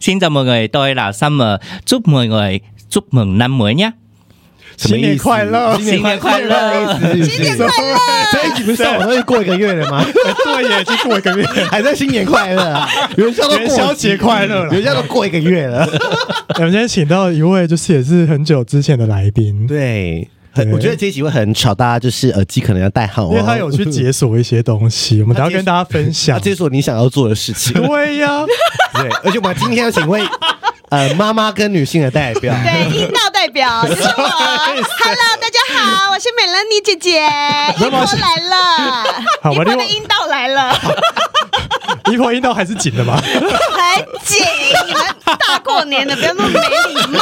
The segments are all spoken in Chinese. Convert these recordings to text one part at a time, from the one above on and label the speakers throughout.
Speaker 1: Xin chào mọi người, tôi là Summer. Chúc mọi người chúc mừng năm mới nhé.
Speaker 2: 什么
Speaker 3: 新年
Speaker 2: 意思？
Speaker 3: 快乐
Speaker 1: 新年快乐！
Speaker 2: 新年快乐！所以你们上网都是过一个月了吗？
Speaker 3: 对耶，已经过一个月，
Speaker 2: 还在新年快乐啊？元宵都过
Speaker 3: 元宵节快乐啦
Speaker 2: 元宵都过一个月 了。
Speaker 3: 哎我们今天请到一位，就是也是很久之前的来宾，
Speaker 2: 对，
Speaker 3: 对
Speaker 2: 很
Speaker 4: 我觉得这一集会很吵，大家就是耳机可能要戴好哦，
Speaker 3: 因为他有去解锁一些东西，我们等一下跟大家分
Speaker 4: 要
Speaker 3: 享。
Speaker 4: 解锁你想要做的事 情。
Speaker 3: 对呀、
Speaker 4: 对，而且我们今天要请位呃妈妈跟女性的代表。
Speaker 5: 对，阴道代表就是我。Hello，大
Speaker 4: 哎
Speaker 5: 家好，我是美乐妮姐姐，一波来了，
Speaker 3: 好
Speaker 5: 一
Speaker 3: 吧
Speaker 5: 波
Speaker 3: 另外
Speaker 5: 的阴道来了，
Speaker 3: 一婆阴道还是紧的嘛。
Speaker 5: 很紧。你们大过年的，不要那么没礼貌。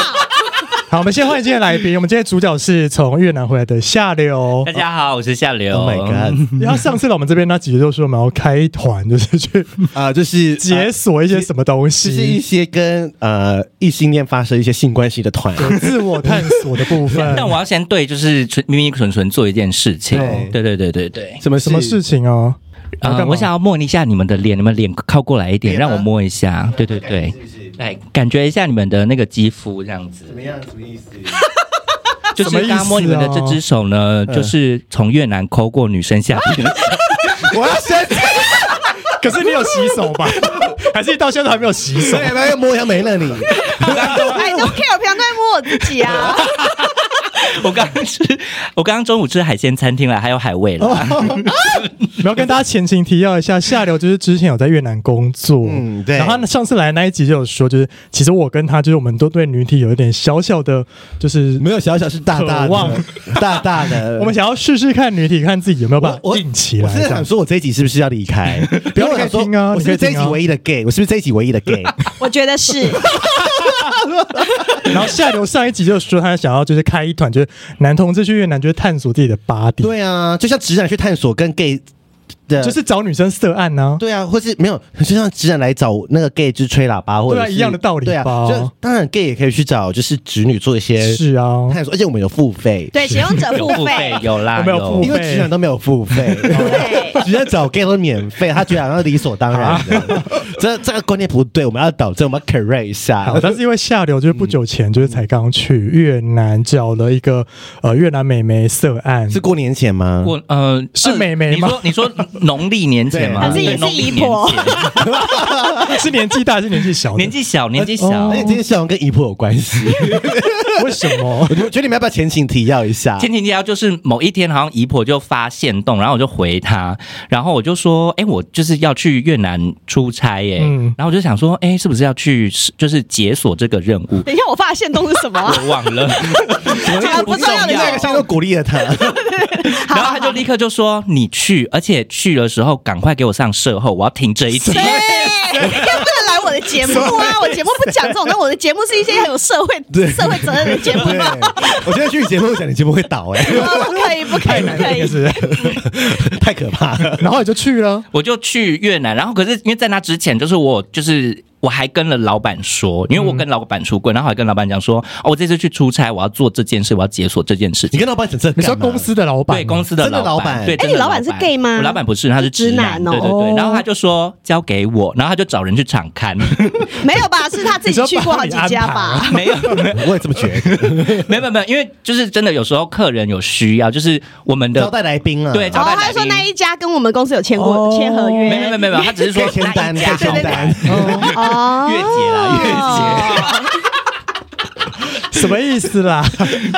Speaker 3: 好，我们先欢迎今天的来宾。我们今天的主角是从越南回来的夏 流
Speaker 1: 大。家好，我是夏流。
Speaker 4: Oh my god！
Speaker 3: 然后上次来我们这边那几集就说我们要开团，就是去
Speaker 4: 啊、就是
Speaker 3: 解
Speaker 4: 呃
Speaker 3: 锁一些什么东
Speaker 4: 就是一
Speaker 3: 西，
Speaker 4: 些跟呃异性恋发生一些性关系的团。
Speaker 3: 有自我探索的部 分。
Speaker 1: 但我要先对就是纯咪咪纯纯做一件事情。
Speaker 4: 对
Speaker 1: 对对对对对。
Speaker 4: 什么
Speaker 3: 什么事？情哦？要
Speaker 1: 呃
Speaker 3: 干，嘛
Speaker 1: 我想要摸一下你们的脸，你们脸靠过来一点，
Speaker 4: 脸吗
Speaker 1: 让我摸一下。对对对，来感觉一下你们的那个肌肤，这样子。
Speaker 4: 怎么样？什么意思？
Speaker 1: 就是
Speaker 3: 什么意
Speaker 1: 刚
Speaker 3: 思啊
Speaker 1: 刚摸你们的这只手呢，就是从越南抠过女生下体。
Speaker 4: 我要生气！
Speaker 3: 可是你有洗手 吧？还是你到现在都还没有洗手
Speaker 4: 所？以要不要摸一下梅乐你？
Speaker 5: I don't care，我平常都在摸我自己啊。
Speaker 1: 我刚刚吃，我刚刚中午吃海鲜餐厅了，还有海味了。
Speaker 3: 我要跟大家前情提要一下，夏流就是之前有在越南工作，
Speaker 4: 嗯对
Speaker 3: 然后他上次来那一集就有说，就是其实我跟他就是我们都对女体有一点小小的，就是
Speaker 4: 没有小小是大大
Speaker 3: 渴望
Speaker 4: 的，大大的。
Speaker 3: 我们想要试试看女体，看自己有没有办法
Speaker 4: 我
Speaker 3: 硬起
Speaker 4: 我
Speaker 3: 来。
Speaker 4: 是
Speaker 3: 这
Speaker 4: 想
Speaker 3: 样
Speaker 4: 说，我这一集是不是要离开？不要
Speaker 3: 你可以
Speaker 4: 想说
Speaker 3: 听啊
Speaker 4: 我是不是这一
Speaker 3: 你可以
Speaker 4: 集
Speaker 3: 听啊
Speaker 4: 唯一的 gay？我是不是这一集唯一的 gay？
Speaker 5: 我觉得是，
Speaker 3: 然后夏流上一集就说他想要就是开一团，就是男同志去越南就是探索自己的 body，
Speaker 4: 对啊，就像直男去探索跟 gay 的，
Speaker 3: 就是找女生色案呢、
Speaker 4: 对啊，或是没有，就像直男来找那个 gay 就是吹喇叭，或者
Speaker 3: 对啊
Speaker 4: 是
Speaker 3: 一样的道理
Speaker 4: 对啊，
Speaker 3: 吧
Speaker 4: 就当然 gay 也可以去找就是直女做一些
Speaker 3: 是啊，
Speaker 4: 探哎索，而且我们有付费，
Speaker 5: 对，使用者
Speaker 1: 有
Speaker 5: 付
Speaker 1: 付
Speaker 5: 费
Speaker 1: 费，，有啦，
Speaker 3: 我们有付
Speaker 4: 因为直男都没有付费，
Speaker 5: 对，
Speaker 4: 直接找 gay 都免费，他觉得好像理所当
Speaker 1: 啊
Speaker 4: 然的。 这这个观念不对，我们要导正，我们要 correct 一下
Speaker 3: 好，。但是因为下流就是不久前就是才刚去越南找了一个呃越南美眉色案，
Speaker 4: 是过年前吗？
Speaker 1: 我呃
Speaker 3: 嗯是
Speaker 1: 呃
Speaker 3: 妹妹吗
Speaker 1: 你说你说农历年前吗？
Speaker 5: 还是也
Speaker 1: 对
Speaker 5: 是
Speaker 1: 农历
Speaker 5: 姨
Speaker 1: 年
Speaker 5: 婆
Speaker 1: 前
Speaker 3: 是年纪大还是年纪小的？
Speaker 1: 年纪小，年纪小
Speaker 3: 哦
Speaker 1: 哎
Speaker 4: 而。且这件事好像跟姨婆有关系。
Speaker 3: 为什么？
Speaker 4: 我觉得你们要不要前情提要一下？
Speaker 1: 前几天就是某一天，好像姨婆就发现动，然后我就回她，然后我就说：“哎、我就是要去越南出差、耶。
Speaker 3: 嗯
Speaker 1: 然后我就想说：“哎、是不是要去就是解锁这个任 务
Speaker 5: 等一下，我发现动是什么？？”啊
Speaker 1: 我忘了。
Speaker 5: 这个不重要的
Speaker 4: 那个
Speaker 5: 事
Speaker 4: 像都鼓励了他，
Speaker 1: 然后他就立刻就说：“你去，而且去的时候赶快给我上社后，我要听这一集。
Speaker 5: 对，要不能来我的节目 啊！我节目不讲这种，但我的节目是一些很有社会
Speaker 4: 对
Speaker 5: 社会责任的节目
Speaker 4: 对
Speaker 5: 吗？，
Speaker 4: 我觉得去你节目讲，你节目会倒哎、
Speaker 5: 哦不可以，不可以，不可
Speaker 3: 那个
Speaker 5: 以。
Speaker 3: 是，
Speaker 4: 太可怕了。
Speaker 3: 然后你就去了，
Speaker 1: 我就去越南，然后可是因为在那之前，就是我就是我还跟了老板说，因为我跟老板出柜，然后还跟老板讲说，哦，我这次去出差，我要做这件事，我要解锁这件事
Speaker 4: 你
Speaker 1: 情。
Speaker 4: 跟老板讲这，
Speaker 3: 你说公司的老板吗，
Speaker 1: 对公司的
Speaker 4: 真的
Speaker 1: 老
Speaker 4: 老板
Speaker 1: 对，
Speaker 5: 哎
Speaker 1: 真的
Speaker 5: 你老板是 gay 吗
Speaker 1: 我老板不是，他是
Speaker 5: 直
Speaker 1: 直
Speaker 5: 男
Speaker 1: 男，
Speaker 5: 哦
Speaker 1: 对对
Speaker 3: 哦
Speaker 1: 对。然后他就说交给我，然后他就找人去场刊，
Speaker 5: 没有 吧？是他自己去过好几家吧？
Speaker 1: 没有
Speaker 4: 我也这么觉得，
Speaker 1: 没有没有没有，因为就是真的有时候客人有需要，就是我们
Speaker 4: 招
Speaker 1: 的
Speaker 4: 待来宾啊，
Speaker 1: 对
Speaker 5: 哦
Speaker 1: 招，待
Speaker 5: 他
Speaker 1: 来
Speaker 5: 就说
Speaker 1: 宾。
Speaker 5: 那一家跟我们公司有签过
Speaker 3: 哦
Speaker 5: 签合
Speaker 1: 没有
Speaker 5: 约，
Speaker 1: 没有没有，他只是说
Speaker 4: 可以签单，
Speaker 1: 那
Speaker 4: 可
Speaker 1: 一家
Speaker 4: 以签单，
Speaker 5: 哦，
Speaker 1: 月姐啦月姐
Speaker 3: 什么意思啦？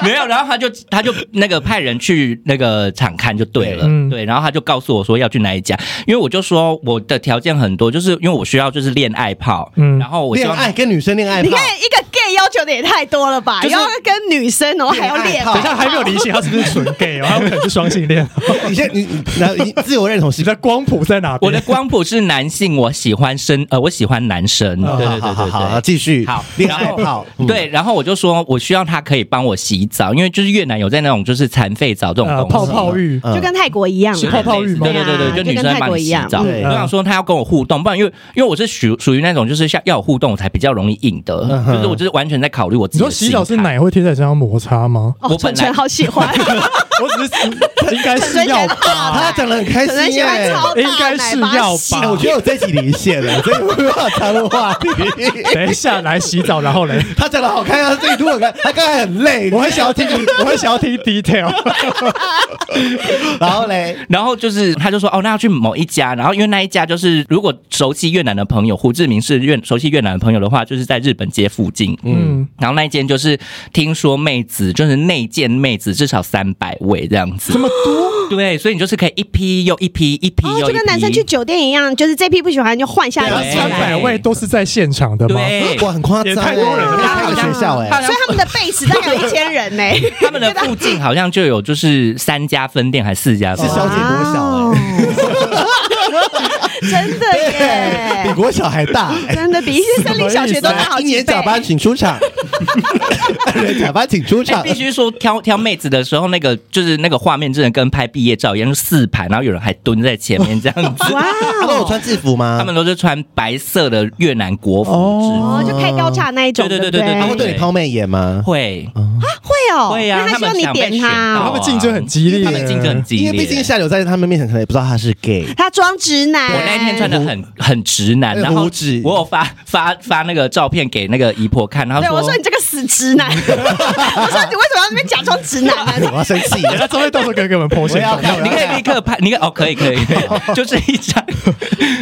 Speaker 1: 没有，然后他就他就那个派人去那个场看就对了，
Speaker 3: 嗯
Speaker 1: 对，然后他就告诉我说要去哪一家，因为我就说我的条件很多，就是因为我需要就是恋爱炮，
Speaker 3: 嗯
Speaker 1: 然 后我希
Speaker 4: 恋
Speaker 1: 望
Speaker 4: 爱跟女生恋爱
Speaker 5: 你
Speaker 4: 吧，
Speaker 5: 看一个 gay 要求的也太多了吧？
Speaker 1: 就是
Speaker 5: 要跟女生然后还要练
Speaker 4: 恋爱
Speaker 3: 等
Speaker 4: 炮
Speaker 3: 一下还没有理解他是不是纯 gay 哦，他有可能是双性 恋。
Speaker 4: 你现在你你然后你自我认同
Speaker 3: 你
Speaker 4: 是
Speaker 3: 的光谱在哪边？
Speaker 1: 我的光谱是男性，我喜欢生呃，我喜欢男生，
Speaker 3: 哦
Speaker 1: 对对对
Speaker 4: 好好
Speaker 1: 对
Speaker 4: 好，
Speaker 1: 对。
Speaker 4: 好继续
Speaker 1: 好
Speaker 4: 恋
Speaker 1: 然
Speaker 4: 爱
Speaker 1: 后
Speaker 4: 炮，嗯，
Speaker 1: 对，然后我就说，我需要他可以帮我洗澡，因为就是越南有在那种就是残废澡这种
Speaker 3: 呃
Speaker 1: 东西，
Speaker 3: 泡泡浴，
Speaker 4: 嗯
Speaker 5: 就跟泰国一样
Speaker 1: 是
Speaker 5: 嘛。
Speaker 3: 泡泡浴吗
Speaker 1: 对对对
Speaker 5: 啊对啊
Speaker 1: 对，
Speaker 5: 就
Speaker 1: 女生
Speaker 5: 跟
Speaker 1: 在
Speaker 5: 泰
Speaker 1: 帮
Speaker 5: 国
Speaker 1: 你
Speaker 5: 一
Speaker 1: 洗
Speaker 5: 样
Speaker 1: 澡。
Speaker 4: 对
Speaker 1: 我想说她要跟我互动，不然因为因为我是属属于那种就是像要有互动我才比较容易硬的，就是我就是完全在考虑我自
Speaker 3: 嗯你说
Speaker 1: 己的心
Speaker 3: 洗
Speaker 1: 态。
Speaker 3: 澡是奶会贴在身上摩擦吗？
Speaker 5: 哦，
Speaker 1: 我
Speaker 5: 纯
Speaker 1: 本来
Speaker 5: 纯好喜 欢，
Speaker 3: 我只是应 该是
Speaker 5: 纯
Speaker 3: 要
Speaker 5: 觉得
Speaker 3: 吧，
Speaker 5: 大
Speaker 4: 他
Speaker 5: 奶，
Speaker 4: 讲的很开
Speaker 5: 纯纯喜
Speaker 4: 心
Speaker 5: 欢
Speaker 4: 耶。
Speaker 5: 超
Speaker 3: 应
Speaker 5: 大
Speaker 3: 该
Speaker 5: 奶
Speaker 3: 是要
Speaker 5: 吧？洗
Speaker 4: 哎，我
Speaker 3: 吧。
Speaker 4: 觉得我这一集离线了，所以我要谈论话题。
Speaker 3: 等一下来洗澡，然后嘞，
Speaker 4: 他讲的好看啊，这一路很看，他刚才很累，
Speaker 3: 我很想要听，我很想要听 detail。
Speaker 4: 然后嘞，
Speaker 1: 然后就是，他就说哦，那要去某一家，然后因为那一家就是，如果熟悉越南的朋友，胡志明是越熟悉越南的朋友的话，就是在日本街附近，
Speaker 3: 嗯
Speaker 1: 嗯，然后那一间就是听说妹子就是内建妹子至少三百位这样子，这么多，对，所以你就是可以一批又一批，一批
Speaker 5: 哦，
Speaker 1: 又一批，
Speaker 5: 就跟男生去酒店一样，就是这批不喜欢就换下一
Speaker 4: 对啊
Speaker 5: 批
Speaker 3: 三
Speaker 5: 出
Speaker 3: 百
Speaker 5: 来。
Speaker 3: 位都是在现场的吗？
Speaker 1: 对，
Speaker 4: 哇，很夸张耶，
Speaker 3: 也太多人了
Speaker 4: 他开个学校哎，
Speaker 1: 他
Speaker 5: 所以他们的 base 大概有一千人呢、
Speaker 1: 他们的附近好像就有就是三家分店还是四家分
Speaker 4: 是
Speaker 1: 店
Speaker 4: 小姐国小哎，
Speaker 5: 真的
Speaker 4: 对，比
Speaker 5: 耶，
Speaker 4: 国小还大哎。
Speaker 5: 真的比一些森林小学都大好
Speaker 4: 一
Speaker 5: 几
Speaker 4: 年
Speaker 5: 倍
Speaker 4: 甲。班请出场，二人甲班请出
Speaker 1: 哎
Speaker 4: 场，
Speaker 1: 必须说挑挑妹子的时候，那个就是那个画面真的跟拍毕业照一样，就四排，然后有人还蹲在前面这样
Speaker 4: 嗯
Speaker 1: 子。
Speaker 5: 哇
Speaker 4: 他们有
Speaker 5: 哦，
Speaker 4: 穿制服吗？
Speaker 1: 他们都是穿白色的越南国服制服，
Speaker 5: 哦，就开高叉那一种，
Speaker 1: 对
Speaker 5: 对
Speaker 1: 对
Speaker 5: 不
Speaker 1: 对对
Speaker 4: 他会
Speaker 1: 对
Speaker 4: 对你抛媚眼吗？
Speaker 1: 会
Speaker 5: 会哦，
Speaker 1: 会啊，
Speaker 5: 那他希望你
Speaker 1: 想被
Speaker 5: 点
Speaker 1: 选
Speaker 5: 他
Speaker 1: 到
Speaker 3: 他
Speaker 5: 哦，
Speaker 3: 们竞争很激烈
Speaker 1: 他们竞争很激烈，
Speaker 4: 因为毕竟下流在他们面前可能也不知道他是 gay，
Speaker 5: 他装直男。
Speaker 1: 我那一天穿的很很直男，
Speaker 4: 那个
Speaker 1: 然后
Speaker 4: 哎胡子
Speaker 1: 我有发发发那个照片给那个姨婆看，然后
Speaker 5: 对，
Speaker 1: 说
Speaker 5: 我说你这个死直男！我 说你为什么要在那边假装直男啊 呢、
Speaker 4: 我要生气
Speaker 3: 等一下
Speaker 4: 了。
Speaker 3: 周慧到时候可以给我们剖析。
Speaker 4: 我要看
Speaker 1: 你可以立刻拍，你可以哦，可以可以，可以就是一张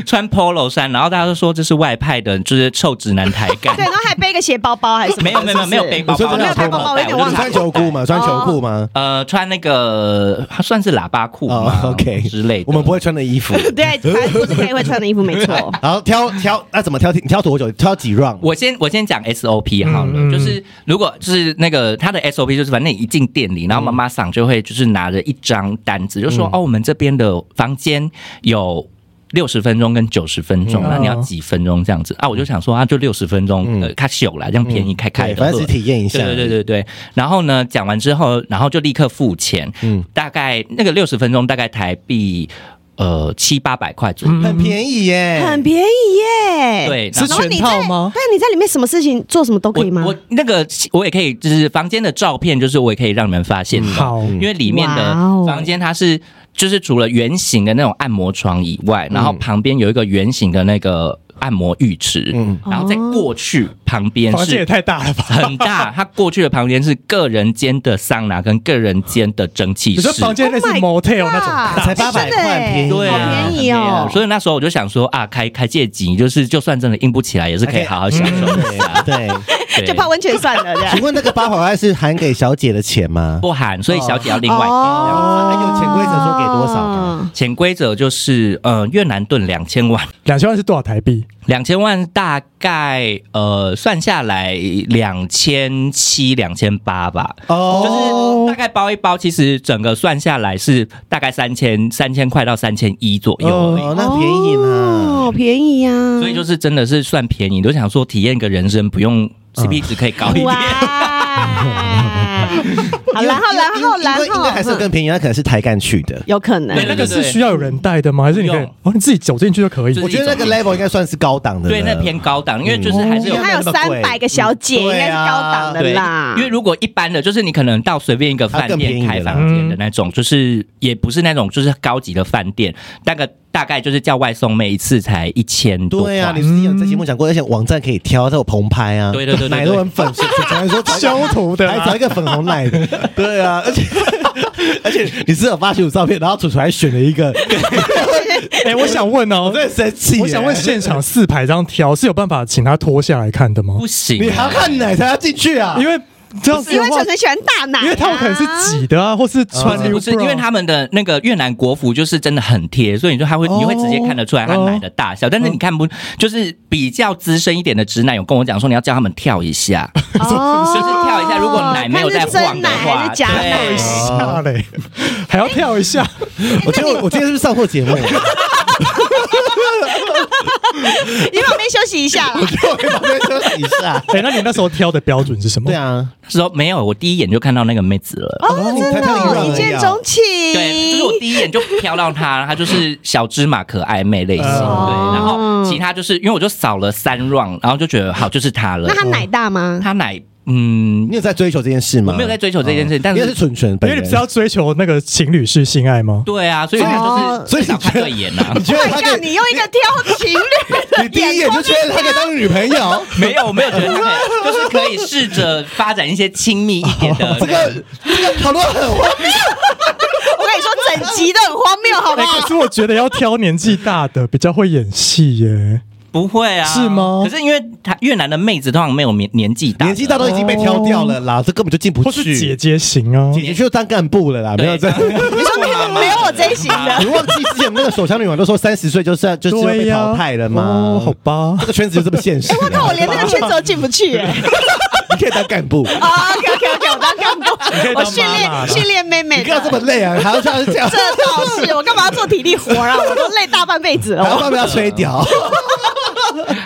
Speaker 1: 穿 polo 衫，然后大家都说这是外派的，就是臭直男抬杠
Speaker 5: 对，。然后还背个斜包包还是什么？
Speaker 1: 没有没有没有没有背包
Speaker 4: 你说
Speaker 1: 包，
Speaker 4: 真的有
Speaker 1: 我就
Speaker 4: 背包
Speaker 5: 包我有点
Speaker 1: 我
Speaker 5: 忘
Speaker 1: 就
Speaker 4: 你
Speaker 5: 了
Speaker 1: 是
Speaker 4: 穿球裤吗？穿球裤吗？
Speaker 1: 呃，穿那个算是喇叭裤
Speaker 4: 哦
Speaker 1: 嘛
Speaker 4: ，OK
Speaker 1: 之类的。
Speaker 4: 我们不会穿的衣服。
Speaker 5: 对，反正不是 K 会穿的衣服，没 错。
Speaker 4: 然后挑挑，那怎么挑？你挑多久？挑几 round？
Speaker 1: 我先我先讲 SOP 好了，
Speaker 3: 嗯嗯
Speaker 1: 就是如果就是那个他的 SOP 就是反正你一进店里，然后妈妈桑就会就是拿着一张单子，就说、哦，我们这边的房间有。六十分钟跟九十分钟，
Speaker 3: 嗯
Speaker 1: 那、你要几分钟这样子啊？我就想说啊，就六十分钟，
Speaker 4: 嗯
Speaker 1: 呃，它久了，这样便宜，开开
Speaker 4: 对
Speaker 1: 的，
Speaker 4: 反正只体验一下。
Speaker 1: 对对对对对。然后呢，讲完之后，然后就立刻付钱，
Speaker 4: 嗯
Speaker 1: 大概那个六十分钟大概台币呃七八百块左右。
Speaker 4: 很便宜耶，
Speaker 5: 很便宜耶。
Speaker 1: 对，然
Speaker 3: 是
Speaker 1: 后
Speaker 5: 然后
Speaker 3: 全
Speaker 5: 你在啊
Speaker 3: 套吗？
Speaker 5: 但你在里面什么事情做什么都可以吗
Speaker 1: 我？我那个我也可以，就是房间的照片，就是我也可以让你们发现到，
Speaker 3: 好，
Speaker 1: 因为里面的
Speaker 5: 嗯哇哦
Speaker 1: 房间它是。就是除了圆形的那种按摩床以外，然后旁边有一个圆形的那个按摩浴池，
Speaker 4: 嗯
Speaker 1: 然后再过去旁边
Speaker 3: 房间也
Speaker 5: 哦
Speaker 1: 是
Speaker 3: 太大了吧？
Speaker 1: 很大，它过去的旁边是个人间的桑拿跟个人间的蒸汽
Speaker 3: 你
Speaker 1: 室
Speaker 3: 说。房间类似
Speaker 5: Oh my
Speaker 3: motel
Speaker 5: God
Speaker 3: 那种大，
Speaker 4: 才八百
Speaker 5: 真的
Speaker 4: 块，
Speaker 5: 耶
Speaker 4: 很便宜，
Speaker 1: 对啊，
Speaker 5: 好便宜
Speaker 1: 很
Speaker 5: 哦
Speaker 1: 所以那时候我就想说啊，开开借机，就是就算真的硬不起来，也是可以好好享受一下。
Speaker 4: 对，
Speaker 1: 对
Speaker 5: 嗯就泡温泉算了，这 样
Speaker 4: 请。问那个八百块是含给小姐的钱吗？
Speaker 1: 不含，所以小姐要另外给。
Speaker 5: 哦
Speaker 1: 哦
Speaker 4: 那有潜规则说给多少啊吗？
Speaker 1: 潜规则就是，呃，越南盾两千万，
Speaker 3: 两千万是多少台币？
Speaker 1: 两千万大概呃算下来两千七、两千八吧，
Speaker 4: 哦
Speaker 1: 就是大概包一包，其实整个算下来是大概三千、三千块到三千一左右而已。
Speaker 4: 哦，那便宜呢？
Speaker 5: 哦，便宜啊！
Speaker 1: 所以就是真的是算 便宜，都想说体验个人生，不用 CP 值可以高一点。
Speaker 5: 哇。好，然后然后然
Speaker 4: 因为应该还是有
Speaker 5: 后，
Speaker 4: 更便宜，那可能是台干去的。
Speaker 5: 有可能
Speaker 1: 对
Speaker 3: 那个
Speaker 1: 对
Speaker 3: 是
Speaker 1: 对
Speaker 3: 需要有人带的吗？还是你可以
Speaker 1: 不用
Speaker 3: 哦你自己走进去就可以
Speaker 1: 就？是
Speaker 4: 我觉得那个 level 应该算是高档的了，
Speaker 1: 对，那偏高档，因为就是还是有
Speaker 4: 嗯
Speaker 5: 它有
Speaker 4: 那么贵
Speaker 5: 三百个小姐，
Speaker 4: 嗯
Speaker 5: 应该是高档的
Speaker 1: 对
Speaker 5: 啦，
Speaker 1: 因为如果一般的，就是你可能到随便一个饭
Speaker 4: 啊它更便宜
Speaker 1: 店
Speaker 4: 的啦
Speaker 1: 开房间的那种，就是也不是那种就是高级的饭店，大概大概就是叫外送妹一次才一千多
Speaker 4: 对啊，
Speaker 1: 块
Speaker 4: 你。是有在节目讲过，而且网站可以挑，它有棚拍啊，
Speaker 1: 对对对对对
Speaker 4: 奶都很粉，所以才能说
Speaker 3: 修图的啊
Speaker 4: 还找一个粉红奶的， 对啊，而且而且你是有发群组照片，然后楚楚还选了一 个，
Speaker 3: 哎，我想问哦
Speaker 4: 我，真的生气耶，
Speaker 3: 我想问，现场四排这样挑是有办法请他脱下来看的吗？
Speaker 1: 不行啊，
Speaker 4: 你还要看奶才要进去啊？
Speaker 3: 因为这样子
Speaker 5: 因
Speaker 3: 的
Speaker 5: 为
Speaker 3: 话
Speaker 5: 晨，晨喜欢大奶啊，
Speaker 3: 因为他们可能是挤的啊，或是穿
Speaker 1: 不是，因为他们的那个越南国服就是真的很贴，所以你就他
Speaker 4: 哦
Speaker 1: 会，你会直接看得出来他奶的大小。但是你看不，就是比较资深一点的直男有跟我讲说，你要叫他们跳一下，
Speaker 5: 哦，
Speaker 1: 就是跳一下如果奶没有在晃的话
Speaker 5: 看是真奶还是假奶
Speaker 1: 对？
Speaker 3: 下嘞，啊还要跳一下，
Speaker 4: 我觉得我我今天是不是上错 节目？
Speaker 5: 你旁边休息一下啦。
Speaker 4: 我在旁边休息一下。
Speaker 3: 哎，那你那时候挑的标准是什么？
Speaker 4: 对，啊，
Speaker 1: 他说没有，我第一眼就看到那个妹子了。
Speaker 5: 哦，真
Speaker 4: 才
Speaker 5: 的
Speaker 4: 跳一
Speaker 5: 哦，
Speaker 4: 段而已啊
Speaker 5: 一见钟情。
Speaker 1: 对，就是我第一眼就瞟到她，她就是小芝麻可爱妹类型。对，
Speaker 5: 哦
Speaker 1: 然后其他就是因为我就扫了三 round，然后就觉得好就是她了
Speaker 5: 那。他奶大吗？
Speaker 1: 她奶，嗯
Speaker 4: 你，有在追求这件事吗？
Speaker 1: 我没有在追求这件事
Speaker 4: 哦
Speaker 1: 但是
Speaker 4: 因为是纯纯本
Speaker 3: 因
Speaker 4: 人，
Speaker 3: 为你只要追求那个情侣式性爱吗？
Speaker 1: 对啊，所以她就是至少看对眼啊。
Speaker 4: 你觉得
Speaker 5: Oh
Speaker 4: 他
Speaker 5: my
Speaker 4: 可
Speaker 5: god！
Speaker 4: 以，
Speaker 5: 你用一个挑情侣的
Speaker 4: 你第一眼就觉得他可以当女朋友，
Speaker 1: 没有，我没有觉得他可以，就是可以试着发展一些亲密一点的。
Speaker 4: 这个这个讨论很荒谬
Speaker 5: 我跟你说，整集都很荒谬，好不
Speaker 3: 哎，
Speaker 5: 好
Speaker 3: 可？是我觉得要挑年纪大的比较会演戏耶。
Speaker 1: 不会啊，
Speaker 3: 是吗
Speaker 1: 可是因为他越南的妹子通常没有年年纪大的，
Speaker 4: 年纪大都已经被挑掉了啦，这根本就进不
Speaker 3: 或是
Speaker 4: 去。
Speaker 3: 姐姐型啊，
Speaker 4: 姐姐就当干部了啦，没有 这。
Speaker 5: 你说没有没有我这一型的，
Speaker 4: 你忘记之前那个手枪女王都说三十岁就是要就是会
Speaker 3: 对
Speaker 4: 被
Speaker 3: 呀
Speaker 4: 淘汰了
Speaker 3: 哦
Speaker 4: 吗？
Speaker 3: 好吧
Speaker 4: 这，个圈子就这么现实啊。
Speaker 5: 哎我靠，我连那个圈子都进不去耶。
Speaker 4: 你可以当干部，
Speaker 1: 哦
Speaker 4: 你
Speaker 5: 啊，OK OK OK，我当干部
Speaker 3: 可以，当
Speaker 5: 我训
Speaker 3: 妈妈
Speaker 5: 练训练妹妹
Speaker 4: 不要这
Speaker 5: 的。
Speaker 4: 么累 啊，还要这样这样，
Speaker 5: 这倒是，我干嘛要做体力活啊？我都累大半辈子
Speaker 1: 哦
Speaker 4: 然后
Speaker 5: 了。
Speaker 4: 外面要吹屌。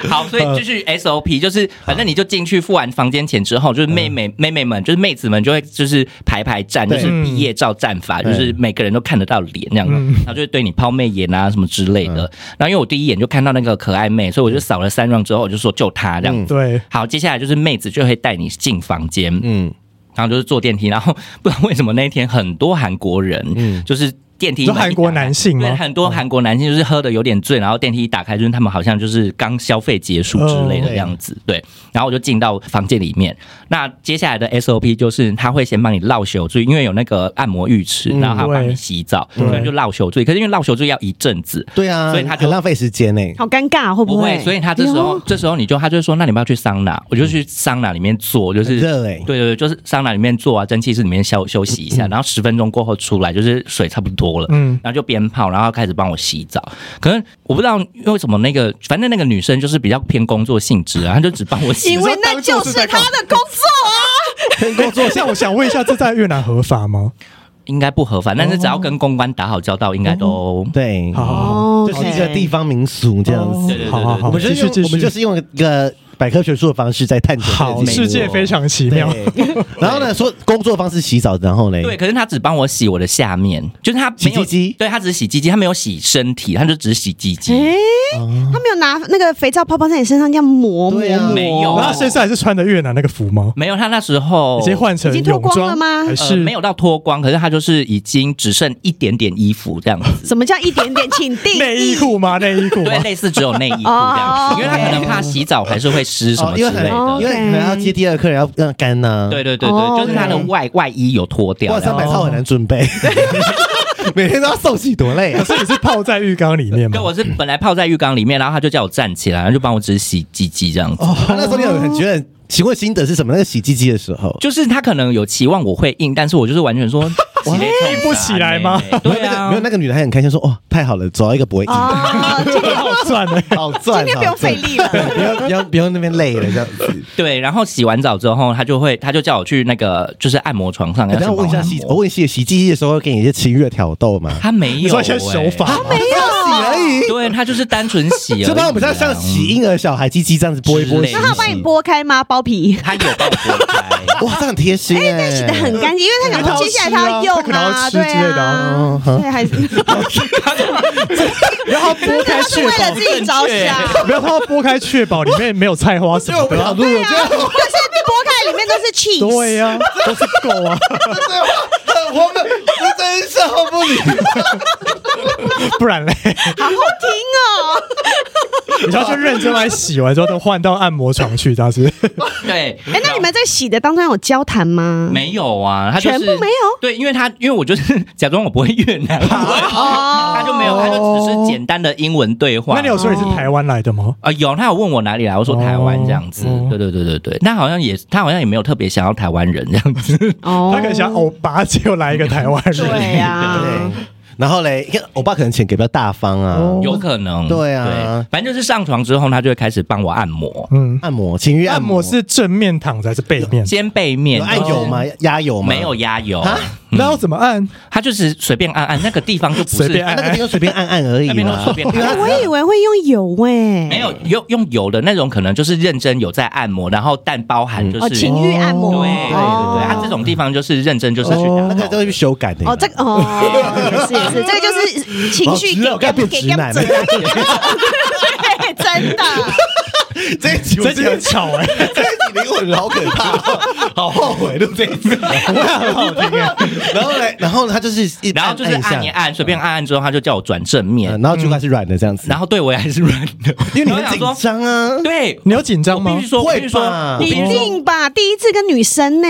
Speaker 1: 好，所以继续 SOP，就是反正你就进去付完房间钱之后，就是妹妹、妹妹们，就是妹子们就会就是排排站，就
Speaker 4: 对
Speaker 1: 是毕业照站法，就
Speaker 4: 对
Speaker 1: 是每个人都看得到脸那样，
Speaker 3: 嗯
Speaker 1: 然后就会对你抛媚眼啊什么之类的。然后因为我第一眼就看到那个可爱妹，所以我就扫了三 round 之后，我就说就她这样子。
Speaker 3: 对，
Speaker 1: 好，接下来就是妹子就会带你进房间，
Speaker 4: 嗯，
Speaker 1: 然后就是坐电梯，然后不知道为什么那一天很多韩国人，
Speaker 4: 嗯
Speaker 1: 就是电梯
Speaker 3: 就
Speaker 1: 门一打开
Speaker 3: 韩国男性
Speaker 1: 对，
Speaker 3: 吗？
Speaker 1: 很多韩国男性就是喝的有点醉，然后电梯一打开，就是他们好像就是刚消费结束之类
Speaker 3: 哦
Speaker 1: 的样子，对。然后我就进到房间里面，那接下来的 SOP 就是他会先帮你绕手醉，因为有那个按摩浴池，然后还要帮你洗澡，
Speaker 3: 嗯对
Speaker 1: 所以就绕手醉。可是因为绕手醉要一阵子。
Speaker 4: 对啊，
Speaker 1: 所以他就
Speaker 4: 很浪费时间呢。
Speaker 5: 好尴尬，会
Speaker 1: 不
Speaker 5: 会
Speaker 1: 会，？所以他这时候，这时候你就他就说，那你们要去桑拿，我就去桑拿里面坐，就是
Speaker 4: 很热欸
Speaker 1: 对对对，就是桑拿里面坐啊，蒸汽室里面休休息一下，然后十分钟过后出来，就是水差不多了，
Speaker 3: 嗯，
Speaker 1: 然后就鞭炮，然后开始帮我洗澡。可能我不知道为什么那个，反正那个女生就是比较偏工作性质啊，她就只帮我洗
Speaker 5: 因
Speaker 1: 澡。
Speaker 5: 为那就是他的工作啊。
Speaker 3: 工作。像我想问一下，这在越南合法吗？
Speaker 1: 应该不合法，但是只要跟公关打好交道，应该都
Speaker 4: 对，
Speaker 3: 好，
Speaker 5: 哦
Speaker 4: 就是一个地方民俗这样子。
Speaker 1: 对对对
Speaker 3: 好好好，
Speaker 4: 我们就
Speaker 3: 继
Speaker 4: 是
Speaker 3: 续
Speaker 4: 用
Speaker 3: 继
Speaker 4: 我们就
Speaker 3: 续。
Speaker 4: 是用一个百科学术的方式在探究这
Speaker 3: 好，
Speaker 4: 件事
Speaker 3: 世界非常奇妙。
Speaker 4: 对。然后呢，说工作方式洗澡，然后呢，
Speaker 1: 对。可是她只帮我洗我的下面，就是她没有
Speaker 4: 洗鸡鸡
Speaker 1: 对她只洗鸡鸡，她没有洗身体，她就只洗鸡鸡。
Speaker 5: 哎，他没有拿那个肥皂泡泡在你身上这样磨磨
Speaker 4: 对啊
Speaker 5: 磨，
Speaker 1: 没有
Speaker 3: 然后身上还是穿的越南那个服吗？
Speaker 1: 没有，她那时候
Speaker 3: 已经换成
Speaker 5: 已经脱
Speaker 3: 泳
Speaker 5: 光了
Speaker 3: 装
Speaker 5: 吗
Speaker 3: 还
Speaker 1: 呃
Speaker 3: 是
Speaker 1: 没有到脱光，可是她就是已经只剩一点点衣服这样子。
Speaker 5: 什么叫一点点？请定义
Speaker 3: 内衣裤吗？内衣裤吗
Speaker 1: 对，？类似只有内衣裤这样
Speaker 5: 哦
Speaker 1: 子，因为她可能怕洗澡还是会湿什
Speaker 4: 哦，
Speaker 1: 么之
Speaker 4: 因为
Speaker 1: 类
Speaker 4: 很
Speaker 1: 的。
Speaker 4: 因为可能要接第二客人要要干呢。
Speaker 1: 对对对
Speaker 5: 哦
Speaker 1: 对，就是她的
Speaker 5: OK
Speaker 1: 外外衣有脱掉，
Speaker 4: 哇，
Speaker 1: 然后
Speaker 4: 三百套很难准备，
Speaker 1: 哦
Speaker 4: 每天都要受洗，多累啊
Speaker 3: 可！是你是泡在浴缸里面吗
Speaker 1: 对，？我是本来泡在浴缸里面，然后他就叫我站起来，然后就帮我只洗鸡鸡这样子。
Speaker 4: 啊那时候你有很觉得，请问心得是什么？那个洗鸡鸡的时候，
Speaker 1: 就是他可能有期望我会硬，但是我就是完全说起来冲
Speaker 3: 不起来吗
Speaker 1: 啥呢对啊，
Speaker 4: 没有那个女的还很开心说：“哦，太好了，找到一个不会硬，
Speaker 5: 哦，今天
Speaker 3: 好赚哎、
Speaker 4: 好赚，啊
Speaker 5: 今天不用费力了。
Speaker 4: 好赚，不用不用不用那边累了这样 子。
Speaker 1: 对，然后洗完澡之后，他就会，他就叫我去那个就是按摩床上，
Speaker 4: 哎”然
Speaker 1: 要
Speaker 4: 后
Speaker 1: 去
Speaker 4: 我问一下
Speaker 1: 帮
Speaker 4: 洗，
Speaker 1: 我按
Speaker 4: 我
Speaker 1: 摩
Speaker 4: 问洗洗剂液的时候，会给你一些情欲挑逗吗？
Speaker 1: 他没有、欸，
Speaker 3: 你说一些手法，吗，
Speaker 4: 没有洗而已，
Speaker 1: 对他就是单纯洗而已啊，
Speaker 4: 就帮我们像像洗婴儿小孩鸡鸡这样子拨一拨
Speaker 1: 之类
Speaker 4: 洗一
Speaker 1: 的
Speaker 5: 那他帮你
Speaker 4: 洗。
Speaker 5: 剥开吗？剥皮？
Speaker 1: 他有帮我拨开。
Speaker 4: 哇，这很贴心哎、
Speaker 5: 洗的很干净，因为他想说接下来他要用
Speaker 3: 因为他要
Speaker 5: 啊，
Speaker 3: 吃啊
Speaker 5: 对
Speaker 3: 他可能要吃之类的
Speaker 5: 啊
Speaker 3: 啊，
Speaker 5: 对，还是
Speaker 3: 然后剥开
Speaker 5: 他是
Speaker 3: 确
Speaker 5: 为了
Speaker 3: 保
Speaker 5: 自，己着想。
Speaker 3: 不要怕剥开确保里面没有菜花什么
Speaker 4: 不
Speaker 3: 的。啊
Speaker 4: 想录，我觉得
Speaker 5: 但是剥开里面都是 cheese，
Speaker 3: 对啊呀、都是狗啊，
Speaker 4: 我们我真是好不理。
Speaker 3: 不然 嘞，
Speaker 5: 好好听哦。
Speaker 3: 你要就认真来洗完之后，都换到按摩床去，这样子。
Speaker 1: 对，
Speaker 5: 哎，那你们在洗的当中有交谈吗？
Speaker 1: 没有啊？他就是
Speaker 5: 全部没有
Speaker 1: 对，因为他因为我就是假装我不会越南 话，
Speaker 5: 哦，
Speaker 1: 他就没有，他就只是简单的英文对话。
Speaker 3: 那你有说你是台湾来的吗？
Speaker 1: 啊、有，他有问我哪里来，我说台湾这样子。
Speaker 3: 哦
Speaker 1: 对对对对对，那好像也，他好像也没有特别想要台湾人这样子。
Speaker 4: 嗯
Speaker 5: 哦
Speaker 3: 他可能想欧巴，结果来一个台湾人。
Speaker 5: 对
Speaker 1: 啊
Speaker 5: 啊呀，
Speaker 4: 然后嘞，因为欧巴可能钱给比较大方啊，
Speaker 3: 哦
Speaker 1: 有可能，
Speaker 4: 对啊
Speaker 1: 对反正就是上床之后，他就会开始帮我按摩
Speaker 3: 嗯，
Speaker 4: 按摩情欲
Speaker 3: 按
Speaker 4: 摩
Speaker 3: 摩是正面躺着还是背面？
Speaker 1: 肩背面，
Speaker 4: 有按
Speaker 1: 就是
Speaker 4: 油吗？压油吗？
Speaker 1: 没有压油，
Speaker 4: 啊，
Speaker 1: 嗯
Speaker 3: 那要怎么按？
Speaker 1: 他就是随便按按，那个地方就不
Speaker 3: 随
Speaker 1: 是
Speaker 3: 便
Speaker 4: 啊
Speaker 3: 按
Speaker 4: 那个地方随便按按而已
Speaker 1: 那边都
Speaker 4: 嘛
Speaker 1: 随。便
Speaker 4: 因为
Speaker 1: 按
Speaker 4: 他
Speaker 5: 我以为会用油哎，
Speaker 1: 没有用用油的那种，可能就是认真有在按摩，然后但包
Speaker 4: 嗯
Speaker 1: 含就
Speaker 5: 哦，
Speaker 1: 是对
Speaker 5: 情欲按摩，
Speaker 1: 对对对，
Speaker 5: 哦
Speaker 1: 他这种地方就是认真就是去
Speaker 4: 哦
Speaker 1: 打
Speaker 4: 那个
Speaker 1: 炮
Speaker 4: 都。会修改的。
Speaker 1: 啊
Speaker 5: 哦，这个哦，也是也是，这个就是情
Speaker 4: 老哦
Speaker 5: 绪
Speaker 4: 直了我该
Speaker 5: 给
Speaker 4: 变
Speaker 5: 给
Speaker 4: 直
Speaker 5: 给
Speaker 4: 男
Speaker 5: 整，对， 真的，
Speaker 4: 这一集我
Speaker 3: 这
Speaker 4: 真
Speaker 3: 集
Speaker 4: 的
Speaker 3: 很吵哎、
Speaker 4: 这一集灵魂好可怕哦，好后悔录这一 集，哎然后嘞，然后他就是一
Speaker 1: 然后就是按一
Speaker 4: 一下，
Speaker 1: 按，随便按按之后，他就叫我转正面
Speaker 4: 嗯，然后就开始软的这样子，
Speaker 1: 然后对我也还是软的，
Speaker 4: 因为你
Speaker 1: 嗯然后
Speaker 4: 很
Speaker 1: 想说
Speaker 4: 紧张啊，
Speaker 1: 对，
Speaker 3: 你有紧张
Speaker 1: 我
Speaker 3: 吗
Speaker 1: 必须？说，我必须说，
Speaker 4: 会
Speaker 1: 我
Speaker 4: 吧
Speaker 1: 必
Speaker 5: 一
Speaker 1: 须说。
Speaker 5: 定吧？第一次跟女生呢，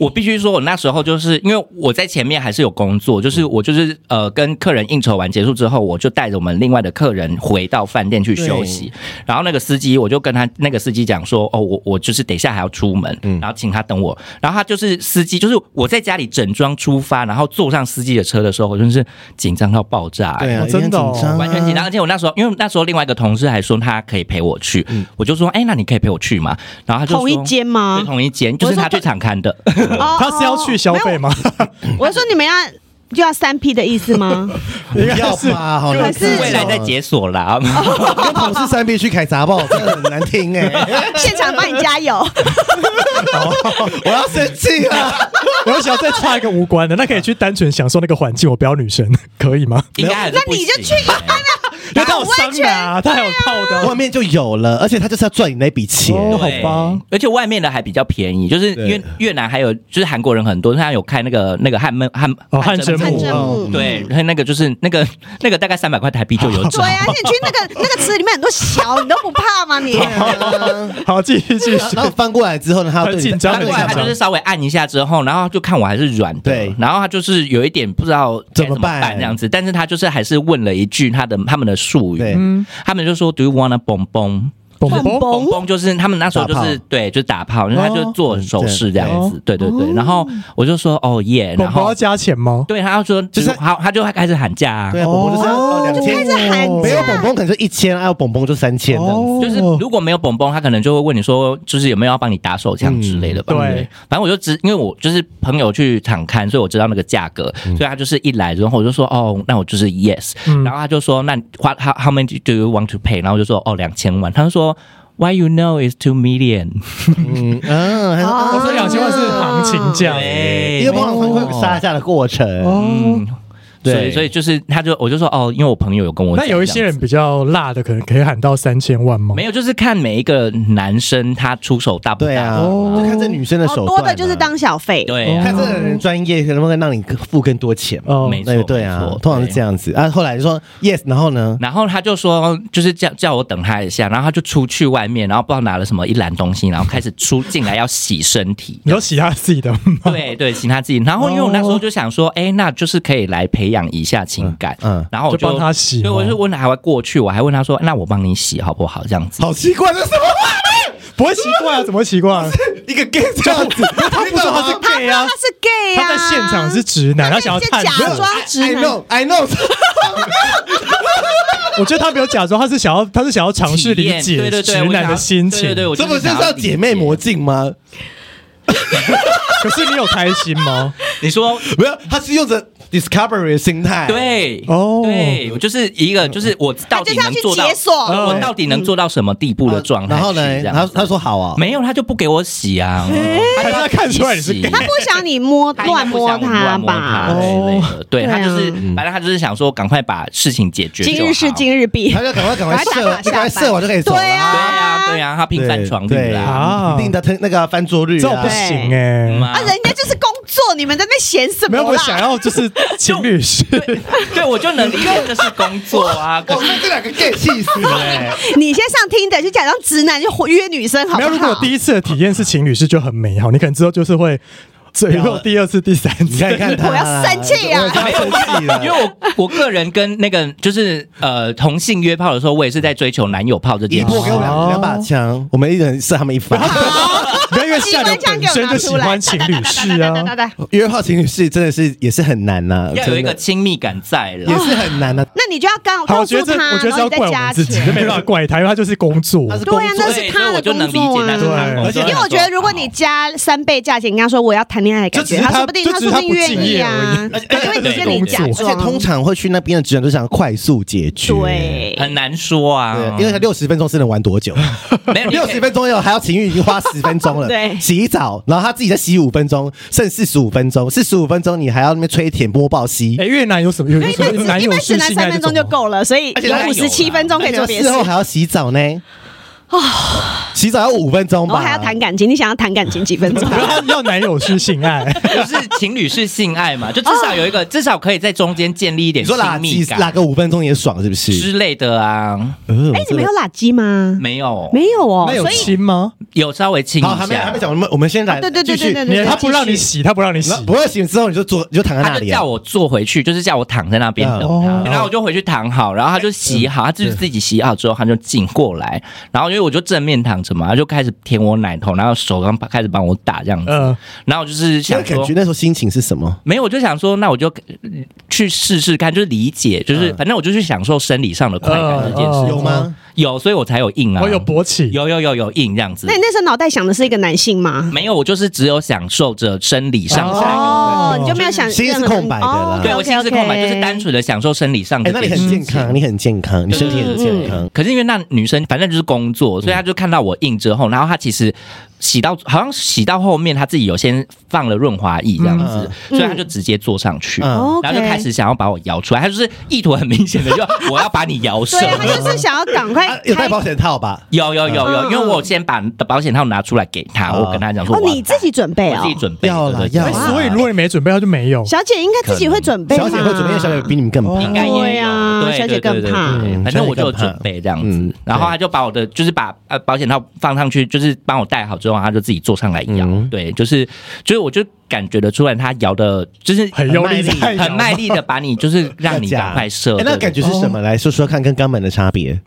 Speaker 1: 我必须说，我那时候就是因为我在前面还是有工作，就是我就是呃跟客人应酬完结束之后，我就带着我们另外的客人回到饭店去休息。然后那个司机，我就跟他那个司机讲说，哦，我我就是等一下还要出门，然后请他等我。然后他就是司机，就是我在家里整装出发，然后坐上司机的车的时候，我真是紧张到爆炸、
Speaker 4: 对啊，
Speaker 3: 哦真的哦
Speaker 4: 一定紧张啊，
Speaker 1: 完全紧张，而且我那时候，因为那时候另外一个同事还说他可以陪我去，我就说，哎、那你可以陪我去吗？然后他就说
Speaker 5: 同一间吗
Speaker 1: 对，同一间，就是他最常看的。
Speaker 5: 哦
Speaker 3: 他是要去消费？吗？
Speaker 5: 哦我是说你们要就要三 P 的意思 吗？
Speaker 4: 不要吧，好难
Speaker 5: 还是
Speaker 1: 未来再解锁啦。
Speaker 4: 哦跟同事三 B 去开杂报， 真的很难 听哎，
Speaker 5: 现场帮你加油，
Speaker 4: 我要生气 啊了，
Speaker 3: 我想要再插一个无关的，那可以去单纯享受那个环境，我不要女生， 可以吗？
Speaker 1: 应该还是
Speaker 5: 那
Speaker 1: 不
Speaker 5: 你
Speaker 1: 行
Speaker 5: 就去
Speaker 3: 因为他有桑拿，啊他还有泡的
Speaker 4: 外
Speaker 3: 啊。
Speaker 4: 面就有了，而且他就是要赚你那笔钱，
Speaker 3: 哦好
Speaker 1: 对
Speaker 3: 吧，
Speaker 1: 而且外面的还比较便宜，就是因为
Speaker 4: 对
Speaker 1: 越南还有就是韩国人很多，他有开那个那个汉闷汉啊
Speaker 3: 哦，汗蒸
Speaker 5: 汗
Speaker 3: 木
Speaker 5: 蒸
Speaker 3: 哦，
Speaker 5: 木。
Speaker 1: 对，然后那个就是那个那个大概三百块台币就有
Speaker 5: 啊对
Speaker 1: 找。
Speaker 5: 啊，而且你去那个那个池里面很多小，你都不怕吗？ 你
Speaker 3: 好，继续继续
Speaker 4: 然。后翻过来之后呢，他要对你
Speaker 3: 很紧张
Speaker 1: 他过来，啊他就是稍微按一下之后，然后就看我还是软的，
Speaker 4: 对
Speaker 1: 然后他就是有一点不知道该
Speaker 4: 怎么
Speaker 1: 么
Speaker 4: 办
Speaker 1: 办这样子，但是他就是还是问了一句他的他们的术
Speaker 4: 对
Speaker 1: 语，他们就说 Do you wanna boom boom？
Speaker 3: 蹦
Speaker 5: 蹦
Speaker 3: 蹦，
Speaker 1: 蹦蹦就是他们那时候就
Speaker 4: 打
Speaker 1: 是
Speaker 4: 炮
Speaker 1: 对，就是打炮，然后他就做手势这样子，对对对。
Speaker 5: 哦
Speaker 1: 然后我就说哦耶，然
Speaker 3: 蹦蹦
Speaker 1: 后
Speaker 3: 要加钱吗？
Speaker 1: 对他要说就是是好，他就开始喊价啊
Speaker 4: 对。啊，我就是要
Speaker 3: 哦
Speaker 4: 两
Speaker 1: 哦
Speaker 4: 千，
Speaker 5: 喊价
Speaker 4: 没有蹦蹦可能就一千，还有蹦蹦就三千这样子。
Speaker 3: 哦
Speaker 1: 就是如果没有蹦蹦，他可能就会问你说，就是有没有要帮你打手枪之类的吧。
Speaker 3: 嗯对
Speaker 1: 反正我就只因为我就是朋友去场看，所以我知道那个价格，所以他就是一来之后我就说哦，那我就是 yes，、
Speaker 3: 嗯
Speaker 1: 然后他就说那 what how how many do you want to pay？然后我就说哦两千万，他就说 why you know is two million，
Speaker 4: 嗯嗯，还
Speaker 5: 哦
Speaker 4: 有
Speaker 3: 我说两千万是行情价，
Speaker 1: 对
Speaker 4: 因为蹦蹦会有杀价的过程，
Speaker 3: 哦，
Speaker 1: 所
Speaker 4: 对
Speaker 1: 以所以就是他就我就说哦，因为我朋友有跟我
Speaker 3: 那
Speaker 1: 讲
Speaker 3: 有一些
Speaker 1: 这样
Speaker 3: 人
Speaker 1: 子
Speaker 3: 比较辣的，可能可以喊到三千万吗？
Speaker 1: 没
Speaker 3: 有，
Speaker 1: 有，就是看每一个男生他出手大不大
Speaker 4: 对啊，
Speaker 3: 哦
Speaker 4: 就看这女生的
Speaker 5: 哦
Speaker 4: 手
Speaker 5: 多
Speaker 4: 段啊，
Speaker 5: 的就是当小费，
Speaker 1: 对啊
Speaker 4: 看这个人专业能不能让你付更多钱嘛。
Speaker 3: 哦
Speaker 1: 没错
Speaker 4: 对对啊
Speaker 1: 没错，
Speaker 4: 通常是这样子啊。后来就说 yes，然后呢，
Speaker 1: 然后他就说，就是叫叫我等他一下，然后他就出去外面，然后不知道拿了什么一篮东西，然后开始出进来要洗 身体。
Speaker 3: 你要洗他自己的吗？
Speaker 1: 对对，请他自己。然后因为我那时候就想说，哎、那就是可以来培养一下情感。
Speaker 4: 嗯
Speaker 1: 嗯，然后我
Speaker 3: 就帮他洗
Speaker 1: 对，
Speaker 3: 吗
Speaker 1: 我就问他还会过去，我还问他说，那我帮你洗好不好？这样子。
Speaker 4: 好奇怪，这是什么？
Speaker 3: 不会奇怪啊？怎么会奇怪啊？
Speaker 4: 一个 gay 这样子，他不说他是 gay 啊
Speaker 5: 他是 gay
Speaker 3: 他
Speaker 5: 啊，
Speaker 3: 在现场是直男，他想要
Speaker 5: 先
Speaker 3: 探哎
Speaker 5: 假
Speaker 3: 测。
Speaker 5: 装直
Speaker 4: I
Speaker 5: 男。
Speaker 4: know I know，
Speaker 3: 我觉得他没有假装，他是想要，他是想要尝试
Speaker 1: 体
Speaker 3: 理
Speaker 1: 验对
Speaker 3: 解
Speaker 1: 对对
Speaker 3: 直
Speaker 1: 我
Speaker 3: 男
Speaker 1: 想
Speaker 3: 的
Speaker 1: 要
Speaker 3: 心情
Speaker 1: 对对。对，我
Speaker 4: 这
Speaker 1: 就
Speaker 4: 不
Speaker 1: 是
Speaker 4: 是
Speaker 1: 想
Speaker 4: 叫
Speaker 1: 理
Speaker 4: 姐妹
Speaker 1: 解
Speaker 4: 魔？镜吗？
Speaker 3: 可是你有开心吗？
Speaker 1: 你说
Speaker 4: 没有，他是用着 discovery 的心态，，
Speaker 1: 对
Speaker 3: 哦
Speaker 1: 对我就是一个，就是我到底
Speaker 5: 他
Speaker 1: 能
Speaker 5: 就是要去
Speaker 1: 做到
Speaker 5: 解锁嗯
Speaker 1: 我到底能做到什么地步的状态？
Speaker 4: 嗯然后呢，
Speaker 1: 是这样
Speaker 4: 他他说好啊，
Speaker 1: 没有，他就不给我洗啊，
Speaker 5: 哎
Speaker 3: 还是他看出来你是
Speaker 1: 洗
Speaker 3: gay
Speaker 5: 他不想你摸
Speaker 1: 他应该
Speaker 5: 乱
Speaker 1: 不
Speaker 5: 摸
Speaker 1: 想我乱摸
Speaker 5: 吧？
Speaker 1: 他之类的对
Speaker 5: 对啊
Speaker 1: 他就是，
Speaker 4: 嗯
Speaker 1: 反正他就是想说，赶快把事情解决就好。
Speaker 5: 今日事今日毕
Speaker 4: 他，就赶快赶快
Speaker 5: 赶快打
Speaker 4: 射，赶快
Speaker 5: 卡下班
Speaker 4: 射完就可以走
Speaker 5: 对
Speaker 4: 了
Speaker 5: 啊。
Speaker 1: 对呀对呀，他拼翻床
Speaker 4: 对
Speaker 1: 率啦，
Speaker 3: 啊
Speaker 4: 一定的那个翻桌率
Speaker 3: 这种
Speaker 4: 啊
Speaker 3: 不，行哎、
Speaker 1: 嗯
Speaker 5: 啊，人家就是工作，你们在那闲什么
Speaker 3: 没
Speaker 5: 啦？
Speaker 3: 有，我想要就是情侣是
Speaker 1: 对我就能理解这是工作啊，可
Speaker 4: 我们这两个 gay 气死了欸，
Speaker 5: 你先上听的，就假装直男就约女生，好
Speaker 3: 没有。
Speaker 5: 不
Speaker 3: 如果
Speaker 5: 好？
Speaker 3: 第一次的体验是情侣是就很美好，你可能之后就是会，最后第二次、第三
Speaker 4: 你
Speaker 3: 次
Speaker 4: 看，你看他，
Speaker 5: 我要生气啊
Speaker 4: 我要生气了，
Speaker 1: 因为我我个人跟那个就是呃同性约炮的时候，我也是在追求男友炮这
Speaker 4: 一
Speaker 1: 件事
Speaker 4: 波。给我两两把枪，我们一人哦射他们一发。
Speaker 3: 不要因为下流本身就喜欢情侣是
Speaker 5: 哒哒哒
Speaker 3: 啊。
Speaker 5: 哒哒哒
Speaker 4: 约炮情侣是真的是也是很难呐、
Speaker 1: 要有一个
Speaker 4: 真的
Speaker 1: 亲密感在了，
Speaker 4: 也是很难的、啊
Speaker 5: 那你就要告
Speaker 3: 好，
Speaker 5: 告
Speaker 3: 我觉
Speaker 5: 诉
Speaker 3: 得这
Speaker 5: 他，
Speaker 3: 我觉得
Speaker 5: 然
Speaker 3: 是要
Speaker 5: 后你再
Speaker 3: 怪我
Speaker 5: 加
Speaker 3: 们自己，
Speaker 5: 钱
Speaker 3: 这。没办法怪他，因为他就是工作。
Speaker 4: 他是工
Speaker 5: 对啊，
Speaker 4: 作
Speaker 5: 那
Speaker 1: 对，
Speaker 5: 是
Speaker 1: 所以
Speaker 5: 他
Speaker 1: 我
Speaker 5: 的
Speaker 1: 就
Speaker 5: 工
Speaker 1: 能理解
Speaker 5: 作啊
Speaker 1: 那。是他的工
Speaker 3: 对
Speaker 1: 作。
Speaker 4: 而且
Speaker 5: 因为我觉得，如果你加三倍价钱，跟他说我要谈恋爱的感
Speaker 3: 就
Speaker 5: 觉，
Speaker 3: 只是他
Speaker 5: 说不定
Speaker 3: 就只
Speaker 5: 说
Speaker 3: 是
Speaker 5: 不
Speaker 3: 他
Speaker 5: 定愿意啊
Speaker 3: 不，
Speaker 1: 而已
Speaker 4: 哎
Speaker 5: 因为你
Speaker 1: 对
Speaker 5: 跟你假
Speaker 3: 工
Speaker 4: 而
Speaker 3: 作
Speaker 5: 装，
Speaker 4: 且通常会去那边的直男都想快速解决，
Speaker 5: 对，
Speaker 1: 很难说啊
Speaker 4: 对，，因为他六十分钟是能玩多久？
Speaker 1: 没有你可
Speaker 4: 六
Speaker 1: 以
Speaker 4: 十分钟有还要情欲已经花十分钟了，
Speaker 5: 对
Speaker 4: 洗澡，然后他自己再洗五分钟，剩四十五分钟，四十五分钟你还要那边吹舔摸抱吸，
Speaker 3: 哎，越南有什么有
Speaker 5: 因为
Speaker 3: 什么男
Speaker 5: 一
Speaker 3: 友
Speaker 5: 般直
Speaker 3: 是
Speaker 5: 男
Speaker 3: 性
Speaker 5: 三
Speaker 3: 爱
Speaker 5: 分
Speaker 3: 这种
Speaker 5: 钟就
Speaker 3: 吗？
Speaker 5: 够了，所以
Speaker 4: 而且
Speaker 5: 有
Speaker 4: 他
Speaker 5: 五十七分钟可以做别
Speaker 4: 哎事
Speaker 5: 的
Speaker 4: 后
Speaker 5: 事。
Speaker 4: 还要洗澡呢，洗澡要五分钟
Speaker 5: 然后
Speaker 4: 吧，
Speaker 5: 还要谈感情，你想要谈感情几分 钟？
Speaker 3: 然后要男友是性爱，
Speaker 1: 就是情侣是性爱嘛，就至
Speaker 5: 哦
Speaker 1: 少有一个，至少可以在中间建立一点
Speaker 4: 你说
Speaker 1: 亲
Speaker 4: 拉
Speaker 1: 密
Speaker 4: 几拉
Speaker 1: 感
Speaker 4: 个五分钟也爽是不呃是？
Speaker 1: 之类的啊。
Speaker 5: 哎，你们有垃圾吗？
Speaker 1: 没有，
Speaker 5: 没有哦
Speaker 3: 那，有
Speaker 5: 所以
Speaker 3: 亲吗？
Speaker 1: 有稍微亲
Speaker 4: 好，
Speaker 1: 一
Speaker 4: 还没还
Speaker 1: 下
Speaker 4: 没。讲，我们我们先来
Speaker 5: 对对对
Speaker 4: 继续
Speaker 5: 对对对
Speaker 3: 你
Speaker 5: 对，
Speaker 3: 他不让你洗，他不让你洗
Speaker 4: 然后，不会醒之后你就坐，你就躺在那
Speaker 1: 他就
Speaker 4: 里、
Speaker 1: 叫
Speaker 4: 啊。
Speaker 1: 我坐回去，就是叫我躺在那边等
Speaker 3: 哦
Speaker 1: 他，然后我就回去躺好，然后他就洗
Speaker 4: 嗯
Speaker 1: 好，他就是自己洗好之后，他就进过来，然后因为我就正面躺着嘛，他就开始舔我奶头，然后手刚开始帮我打这样子，
Speaker 3: 嗯，
Speaker 1: 然后我就是
Speaker 4: 那
Speaker 1: 想
Speaker 4: 感
Speaker 1: 说
Speaker 4: 觉，那时候心情是什么？
Speaker 1: 没有，我就想说，那我就嗯去试试看，就是理解，就是
Speaker 4: 嗯哦
Speaker 1: 反正我就去享受生理上的快感这件
Speaker 3: 嗯
Speaker 1: 事，
Speaker 3: 嗯
Speaker 4: 有吗？
Speaker 1: 有，所以我才有硬啊，
Speaker 3: 我有勃起，
Speaker 1: 有有有有硬这样子
Speaker 5: 那，你那时候脑袋想的是一个男性吗？
Speaker 1: 没有，我就是只有享受着生理上的快感。
Speaker 5: 哦，你就没有想
Speaker 4: 心是
Speaker 5: 任何
Speaker 4: 空白的啦
Speaker 5: 哦
Speaker 1: 对我
Speaker 5: OK，OK，OK
Speaker 1: 心是空白，就是单纯的享受生理上
Speaker 4: 哎、
Speaker 1: 的。
Speaker 4: 那你很健康，你很健康，你身体很健康。
Speaker 1: 可是因为那女生反正就是工作，所以她就看到我硬之后，然后她其实洗到好像洗到后面，她自己有先放了润滑液这样子，所以她就直接坐上去。
Speaker 4: 嗯
Speaker 5: 哦
Speaker 1: 然后就
Speaker 5: OK
Speaker 1: 开始想要把我摇出来，她就是意图很明显的，就 我要把你摇射
Speaker 5: 对。啊，他就是想要赶 快
Speaker 4: 啊，有戴
Speaker 5: 开
Speaker 4: 保险套吧？
Speaker 1: 有有有有，
Speaker 5: 嗯
Speaker 1: 因为我先把保险套拿出来给她，
Speaker 4: 哦
Speaker 1: 我跟她讲说
Speaker 5: 哦，
Speaker 1: 我要
Speaker 5: 你自己准备
Speaker 1: 我
Speaker 5: 哦
Speaker 1: 自己，准备
Speaker 4: 要啦
Speaker 1: 了
Speaker 4: 要
Speaker 3: 哎
Speaker 4: 啦
Speaker 3: 所以如果你没准备，他就没有。
Speaker 5: 小姐应该自己会准备吧，
Speaker 4: 小姐会准备，因为小姐比你们更
Speaker 1: 应
Speaker 4: 胖。
Speaker 1: 该也
Speaker 5: 对
Speaker 1: 有
Speaker 5: 啊
Speaker 1: 对
Speaker 5: 小
Speaker 1: 对
Speaker 5: 姐
Speaker 1: 对
Speaker 5: 更
Speaker 1: 对
Speaker 5: 怕
Speaker 1: 对对反正我就有准备这样
Speaker 4: 嗯
Speaker 1: 子，然后他就把我的就是把呃保险套放上去，就是帮我戴好之后，他就自己坐上来一
Speaker 4: 嗯
Speaker 1: 样。对，就是就是我就感觉得出来，他摇的就是
Speaker 3: 很用力在摇吗
Speaker 1: 很卖力的把你就是让你赶快射
Speaker 4: 哎、。那感
Speaker 1: 觉
Speaker 4: 觉是什么？来说说看，跟肛门的差别。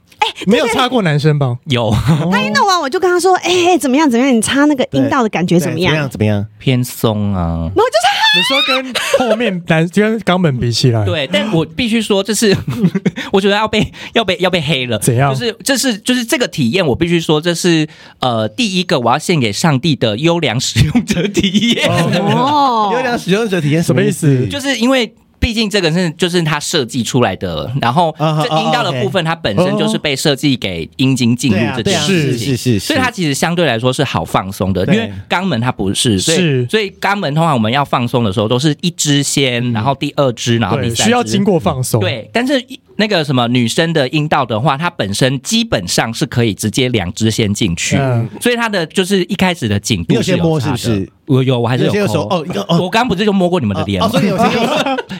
Speaker 3: 没有插过男生吧？
Speaker 1: 有
Speaker 5: 他一弄完我就跟他说，哎，怎么样怎么样，你擦那个阴道的感觉怎么样？
Speaker 4: 对
Speaker 5: 然
Speaker 4: 怎么样？
Speaker 1: 偏松啊。
Speaker 5: 后我就说
Speaker 3: 你说跟后面男跟肛门比起
Speaker 4: 哎
Speaker 3: 来，
Speaker 1: 对，但我必须说，这是 我觉得要被要被要被黑了。
Speaker 3: 怎样
Speaker 1: 就是这是就是这个体验，我必须说，这是呃第一个我要献给上帝的优良使用者体验。
Speaker 4: 哦优良
Speaker 5: 哦，
Speaker 4: 使用者体验
Speaker 3: 什么意思
Speaker 1: 就是因为。毕竟这个是就是它设计出来的，然后
Speaker 4: 啊哈
Speaker 1: 这阴道的
Speaker 4: 啊，OK
Speaker 1: 部分它本身就是被设计给阴茎进入
Speaker 4: 对啊
Speaker 1: 这
Speaker 4: 对
Speaker 1: 件
Speaker 4: 啊
Speaker 1: 事情，
Speaker 4: 是是是是
Speaker 1: 所以它其实相对来说是好放松的，因
Speaker 4: 对
Speaker 1: 为肛门它不是，所以
Speaker 3: 是
Speaker 1: 所以肛门通常我们要放松的时候都是一支
Speaker 4: 嗯
Speaker 1: 先，然后第二支，然后第
Speaker 3: 对，
Speaker 1: 三支，
Speaker 3: 需要经过放松。，
Speaker 1: 对，但是一那个什么女生的阴道的话，它本身基本上是可以直接两只先进去，
Speaker 3: 嗯
Speaker 1: 所以它的就是一开始的紧
Speaker 4: 你
Speaker 1: 度
Speaker 4: 有
Speaker 1: 是
Speaker 4: 先摸
Speaker 1: 差的
Speaker 4: 是不是？
Speaker 1: 我有，我还是
Speaker 4: 有些
Speaker 1: 有
Speaker 4: 时候
Speaker 1: 抠
Speaker 4: 哦一个哦
Speaker 1: 我刚不是就摸过你们的脸
Speaker 4: 哦，
Speaker 1: 吗？
Speaker 4: 所 以有些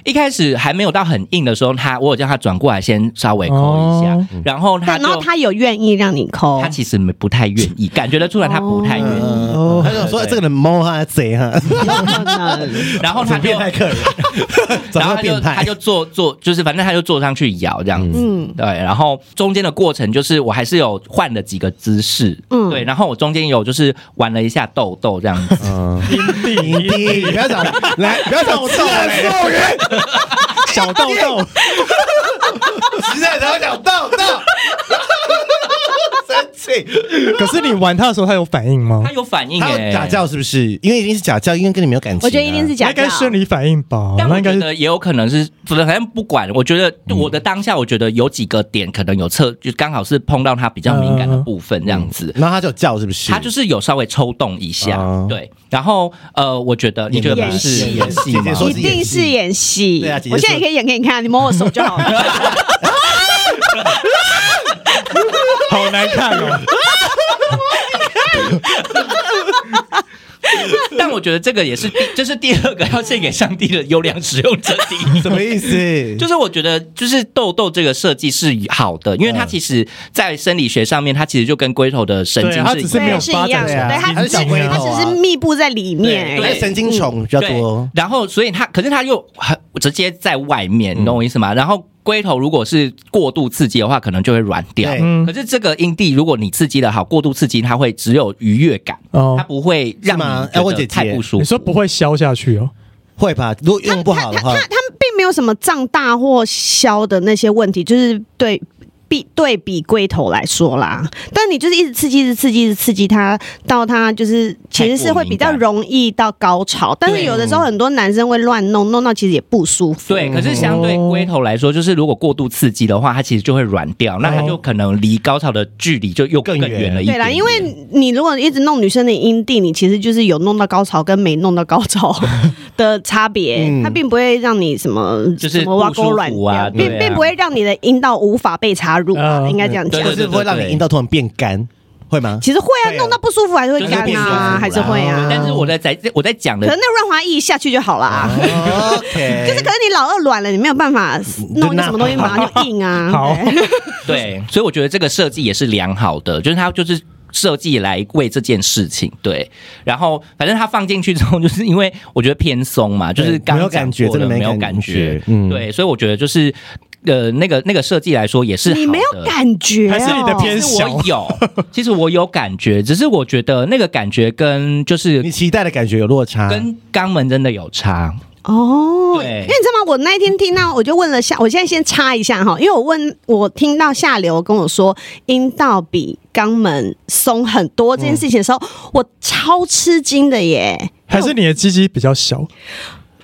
Speaker 1: 一开始还没有到很硬的时候，他我有叫他转过来先稍微抠一下，
Speaker 3: 哦
Speaker 4: 嗯
Speaker 1: 然后他
Speaker 5: 然
Speaker 1: 就
Speaker 5: 后他有愿意让你抠
Speaker 1: 他，其实没不太愿意，感觉得出来他不太愿意。
Speaker 4: 嗯
Speaker 2: 哦
Speaker 4: 他就说这个人猫哈贼哈，
Speaker 1: 然后他就
Speaker 4: 变态客人，
Speaker 1: 然后他
Speaker 4: 找到
Speaker 1: 就
Speaker 4: 变态，
Speaker 1: 他就坐坐，就是反正他就坐上去摇这样子，
Speaker 5: 嗯
Speaker 1: 对。然后中间的过程就是我还是有换了几个姿势，
Speaker 5: 嗯
Speaker 1: 对。然后我中间有就是玩了一下豆豆这样子，
Speaker 4: 嗯，
Speaker 2: 你你不要讲，来不要讲我臭 人，小豆豆，
Speaker 4: 实在他想到到，生气，
Speaker 3: 可是你玩他的时候，他有反应吗
Speaker 1: 他？有反应
Speaker 4: 他
Speaker 1: 哎、
Speaker 4: 有假叫是不是？因为一定是假叫，因为跟你没有感情啊，
Speaker 5: 我觉得一定是
Speaker 3: 他
Speaker 5: 假
Speaker 3: 应该
Speaker 5: 的。
Speaker 3: 生理反应吧？
Speaker 1: 但
Speaker 3: 那
Speaker 1: 我
Speaker 3: 应该
Speaker 1: 觉
Speaker 3: 是
Speaker 1: 得也有可能是，反正不管。我觉得
Speaker 4: 嗯
Speaker 1: 我的当下，我觉得有几个点可能有测，就刚好是碰到他比较敏感的部分这样子。
Speaker 4: 然后他就叫是不嗯是？
Speaker 1: 他就是有稍微抽动一下，
Speaker 4: 哦
Speaker 1: 对。然后呃，我觉得你觉得
Speaker 5: 演
Speaker 1: 不是
Speaker 5: 戏
Speaker 4: 演戏
Speaker 1: 吗
Speaker 4: 姐姐说
Speaker 5: 一定是演戏。
Speaker 4: 对啊姐姐说
Speaker 5: 我现在也可以演给你看，你摸我手就好了。
Speaker 3: 好难看哦。
Speaker 1: 但我觉得这个也是第， 这是第二个要献给上帝的优良使用者第 一。
Speaker 4: 什么意 思？
Speaker 1: 就是我觉得，就是豆豆这个设计是好的，因为它其实，在生理学上面，它其实就跟龟头的神
Speaker 3: 对
Speaker 1: 经
Speaker 3: 啊，他
Speaker 1: 是
Speaker 3: 只是没有
Speaker 5: 对是
Speaker 3: 发
Speaker 5: 一样
Speaker 3: 展
Speaker 5: 的
Speaker 3: 出来
Speaker 5: 对他
Speaker 3: 阴
Speaker 4: 只是
Speaker 3: 茎啊
Speaker 4: 他
Speaker 5: 它只是密布在里面
Speaker 4: 对，
Speaker 5: 而
Speaker 4: 那
Speaker 1: 哦
Speaker 5: 已。
Speaker 4: 神经虫比较多
Speaker 1: 对，，然后所以它，可是它又很直接在外面，你懂我意思吗？然后龟头如果是过度刺激的话，可能就会软掉
Speaker 4: 对。
Speaker 3: 嗯
Speaker 1: 可是这个阴蒂，如果你刺激的好，过度刺激，它会只有愉悦感，它
Speaker 3: 哦，
Speaker 1: 不会让
Speaker 4: 是吗
Speaker 1: 你
Speaker 4: 哎我
Speaker 1: 觉
Speaker 4: 姐
Speaker 1: 得
Speaker 4: 姐
Speaker 1: 太不舒服。
Speaker 3: 你说不会消下去哦？
Speaker 4: 会吧？如果用不好的话
Speaker 5: 他，他们并没有什么胀大或消的那些问题，就是对比对比龟头来说啦。但你就是一直刺激，一直刺激，一直刺激它，到它就是其实是会比较容易到高潮。但是有的时候很多男生会乱弄，弄到其实也不舒服。
Speaker 1: 对，可是相对龟头来说，就是如果过度刺激的话，它其实就会软掉，那它就可能离高潮的距离就又更
Speaker 4: 更
Speaker 1: 远了一
Speaker 5: 对
Speaker 1: 点
Speaker 5: 啦，
Speaker 1: 点。
Speaker 5: 因为你如果一直弄女生的阴蒂，你其实就是有弄到高潮跟没弄到高 潮的差别，
Speaker 4: 嗯
Speaker 5: 它并不会让你什么
Speaker 1: 就是
Speaker 5: 什么挖沟软
Speaker 1: 不舒服啊
Speaker 5: 掉，并
Speaker 1: 对啊
Speaker 5: 并不会让你的阴道无法被插入啊，
Speaker 3: 嗯
Speaker 5: 应该这样
Speaker 1: 对
Speaker 4: 就。
Speaker 5: 讲
Speaker 4: 是会让你阴道突然变干，会吗？
Speaker 5: 其实会啊，
Speaker 4: 会啊
Speaker 5: 弄到不舒服还是会
Speaker 1: 就是
Speaker 5: 干
Speaker 1: 变舒服
Speaker 5: 啊，
Speaker 1: 啦
Speaker 5: 还是会啊。
Speaker 1: 但是我在在我在讲
Speaker 5: 可能
Speaker 1: 的，
Speaker 5: 那润滑液下去就好
Speaker 1: 啊
Speaker 5: 啦。
Speaker 4: 哦 OK，
Speaker 5: 就是可是你老二软了，你没有办法弄一个什么东西马上就硬 啊。
Speaker 3: 好
Speaker 5: 对
Speaker 1: 对，所以我觉得这个设计也是良好的，就是它就是。设计来为这件事情，对，然后反正它放进去之后，就是因为我觉得偏松嘛，就是刚
Speaker 4: 没有
Speaker 1: 讲
Speaker 4: 感觉
Speaker 1: 过
Speaker 4: 真的没
Speaker 1: 没有
Speaker 4: 感
Speaker 1: 感
Speaker 4: 觉
Speaker 1: 觉，
Speaker 4: 嗯
Speaker 1: 对，所以我觉得就是呃，那个那个设计来说也是
Speaker 5: 你没
Speaker 1: 好
Speaker 5: 有
Speaker 1: 的
Speaker 5: 感觉哦，
Speaker 3: 还是你的偏
Speaker 1: 其实我 有，其实我有感觉，只是我觉得那个感觉跟就是
Speaker 4: 你期待的感觉有落差，
Speaker 1: 跟肛门真的有差。
Speaker 5: 哦，因
Speaker 1: 对
Speaker 5: 为你知道吗？我那一天听到，我就问了下，我现在先插一下哈，因为我问我听到下流跟我说阴道比肛门松很多这件事情的时候，我超吃惊的耶。
Speaker 3: 还是你的鸡鸡比较小？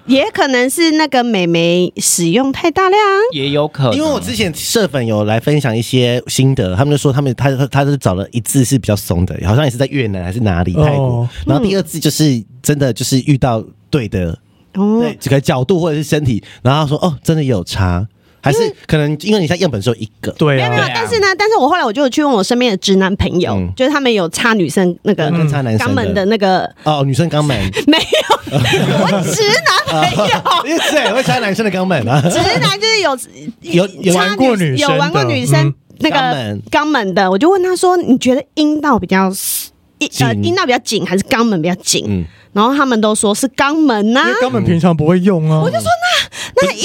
Speaker 5: 也可能是那个美眉使用太大量，
Speaker 1: 也有
Speaker 3: 哦
Speaker 1: 可能，
Speaker 4: 因为我之前社粉有来分享一些心得，他们就说他们他他是找了一次是比较松的，好像也是在越南还是哪里
Speaker 3: 哦
Speaker 4: 泰国，然后第二次就是真的就是遇到对的
Speaker 3: 嗯
Speaker 5: 哦，
Speaker 4: 对几个角度或者是身体，然后他说哦真的有差，还是可能因为你像样本只有一个，
Speaker 3: 嗯对
Speaker 5: 没有没有
Speaker 3: 啊，
Speaker 1: 对啊
Speaker 5: 但是呢，但是我后来我就有去问我身边的直男朋友，
Speaker 4: 嗯
Speaker 5: 就是他们有插女生那个
Speaker 4: 跟差男
Speaker 5: 肛
Speaker 4: 生
Speaker 5: 门的那个
Speaker 4: 哦女生肛 门，
Speaker 5: 没有，我直男
Speaker 3: 哎
Speaker 5: 没有。
Speaker 4: 因为对会插男生的肛门啊，
Speaker 5: 直男就是有
Speaker 4: 有有
Speaker 5: 插
Speaker 3: 玩过女生
Speaker 5: 有
Speaker 3: 的
Speaker 5: 玩过女生
Speaker 3: 嗯
Speaker 5: 那个
Speaker 4: 肛门
Speaker 5: 肛门的，我就问他说：“你觉得阴道比较阴呃
Speaker 4: 紧
Speaker 5: 阴道比较紧还是肛门比较紧？”
Speaker 4: 嗯
Speaker 5: 然后他们都说是肛门呐、
Speaker 3: 因为肛门平常不会用啊。我就说
Speaker 5: 那阴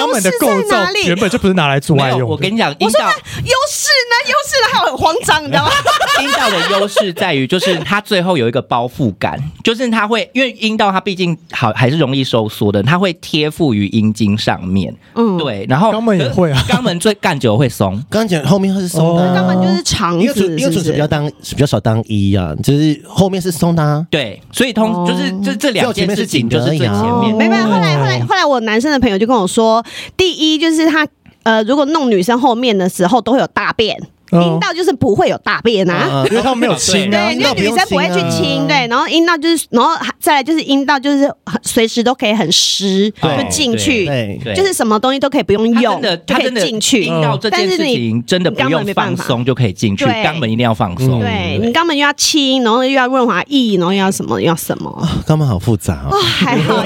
Speaker 3: 肛
Speaker 5: 的优
Speaker 3: 门
Speaker 5: 势
Speaker 3: 的构
Speaker 5: 在
Speaker 3: 造
Speaker 5: 哪里？
Speaker 3: 原本就不是拿来做
Speaker 1: 没
Speaker 3: 爱
Speaker 1: 有。
Speaker 3: 用
Speaker 1: 我
Speaker 3: 的
Speaker 1: 跟。你讲，
Speaker 5: 我
Speaker 1: 阴
Speaker 5: 说
Speaker 1: 道
Speaker 5: 那优势呢？优势呢？他很慌张，你知道吗？
Speaker 1: 阴道的优势在于，就是它最后有一个包覆感，就是它会因为阴道它毕竟好还是容易收缩的，它会贴附于阴茎上面。
Speaker 5: 嗯，，
Speaker 1: 对，然后
Speaker 3: 肛门也会啊
Speaker 1: 可是肛门最干久会松。
Speaker 4: 刚刚讲后面它是松的
Speaker 3: 哦
Speaker 5: 肛
Speaker 4: 啊，
Speaker 5: 门就是肠
Speaker 4: 因为主
Speaker 5: 子，
Speaker 4: 因为
Speaker 5: 是
Speaker 4: 主
Speaker 5: 不
Speaker 4: 持
Speaker 5: 是
Speaker 4: 比较当比较少当一啊，就是后面是松的啊。
Speaker 1: 对，所以通、
Speaker 5: 哦
Speaker 1: 就是这这两件事情就是最前
Speaker 5: 哦
Speaker 1: 面，
Speaker 5: 没有没有，后来
Speaker 3: 哦
Speaker 5: 后来后来，我男生的朋友就跟我说，第一就是他呃，如果弄女生后面的时候都会有大便，
Speaker 3: 嗯
Speaker 5: 阴道就是不会有大便啊。
Speaker 4: 啊
Speaker 3: 因为他们没有亲啊，
Speaker 5: 对，因为女生不会去亲，对，然后阴道就是，然后再来就是阴道就是很随时都可以很湿，
Speaker 1: 对
Speaker 5: 就进去，
Speaker 4: 对，
Speaker 1: 对
Speaker 5: 就是什么东西都可以不用
Speaker 1: 它
Speaker 5: 用
Speaker 1: 真的，，
Speaker 5: 就
Speaker 1: 它
Speaker 5: 可
Speaker 1: 真
Speaker 5: 以
Speaker 1: 的
Speaker 5: 进去。
Speaker 1: 阴道这件事
Speaker 5: 但是
Speaker 1: 情真的不
Speaker 5: 肛门
Speaker 1: 用
Speaker 5: 没办
Speaker 1: 放
Speaker 5: 法
Speaker 1: 松就可以进去，
Speaker 5: 对
Speaker 1: 肛门一定要放松。
Speaker 5: 对你肛门又要亲，然后又要润滑液，然后又要什么又要什么，哦，
Speaker 4: 肛门好复杂哦。
Speaker 5: 还好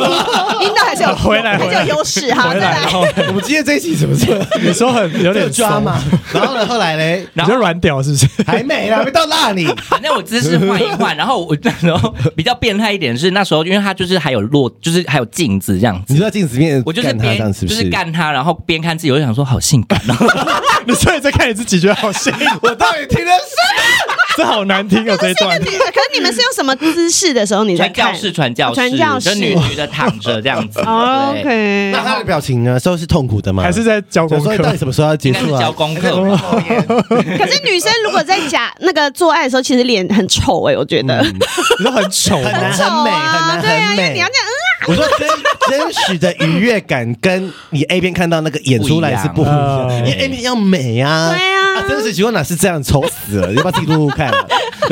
Speaker 5: 阴阴道还是有
Speaker 3: 回来
Speaker 5: 还是有优势哈，
Speaker 3: 啊回
Speaker 5: 再
Speaker 3: 来，
Speaker 5: 来
Speaker 3: 然。后
Speaker 4: 我们今天这一期怎么做？
Speaker 3: 你说很有
Speaker 4: 有
Speaker 3: 点
Speaker 4: 点抓
Speaker 3: 松
Speaker 4: 嘛，然后呢，后来嘞，
Speaker 3: 你
Speaker 1: 然
Speaker 3: 就
Speaker 1: 后
Speaker 3: 软屌是不是？
Speaker 4: 还没啦，没到那里。
Speaker 1: 反正我姿势换一 换，然后我 然后比较变态一点是那时候，因为他就是还有落，就是还有镜子这样子。
Speaker 4: 你知道镜子面，
Speaker 1: 我就是
Speaker 4: 干他这样
Speaker 1: 边
Speaker 4: 是不？
Speaker 1: 就是是干他，然后边看自己，我就想说好性感哦，
Speaker 3: 你所以在看你自己觉得好笑，
Speaker 4: 我到底听的是？
Speaker 3: 这好难听哦这一段。
Speaker 5: 可是你们是用什么姿势的时 候你在
Speaker 1: 传教
Speaker 5: 看？
Speaker 1: 士传教士，
Speaker 5: 传教士
Speaker 1: 就女女的躺着这样子。
Speaker 5: 哦
Speaker 1: 对，
Speaker 5: OK，
Speaker 4: 那他的表情呢？都是痛苦的吗？
Speaker 3: 还是在教
Speaker 4: 我
Speaker 3: 功
Speaker 4: 说
Speaker 3: 课
Speaker 4: 到？底什么时候要结
Speaker 1: 应该是
Speaker 4: 束
Speaker 1: 教
Speaker 4: 啊？
Speaker 1: 功课吧。
Speaker 5: 可是女生如果在假那个做爱的时候，其实脸很丑哎、我觉得。
Speaker 1: 嗯
Speaker 3: 你说很丑
Speaker 4: 很
Speaker 3: 吗？
Speaker 4: 难，
Speaker 5: 丑
Speaker 4: 很美，很
Speaker 5: 啊，
Speaker 4: 难，
Speaker 5: 对啊，
Speaker 4: 很
Speaker 5: 因为你
Speaker 4: 美
Speaker 5: 要。这样，嗯
Speaker 4: 我说真真实的愉悦感，跟你 A 片看到那个演出来是不一样，
Speaker 3: 不一样
Speaker 4: 因为 A 片要美啊。
Speaker 5: 对啊
Speaker 4: 真实情况哪是这样，丑死了，要不要自己录录看啊？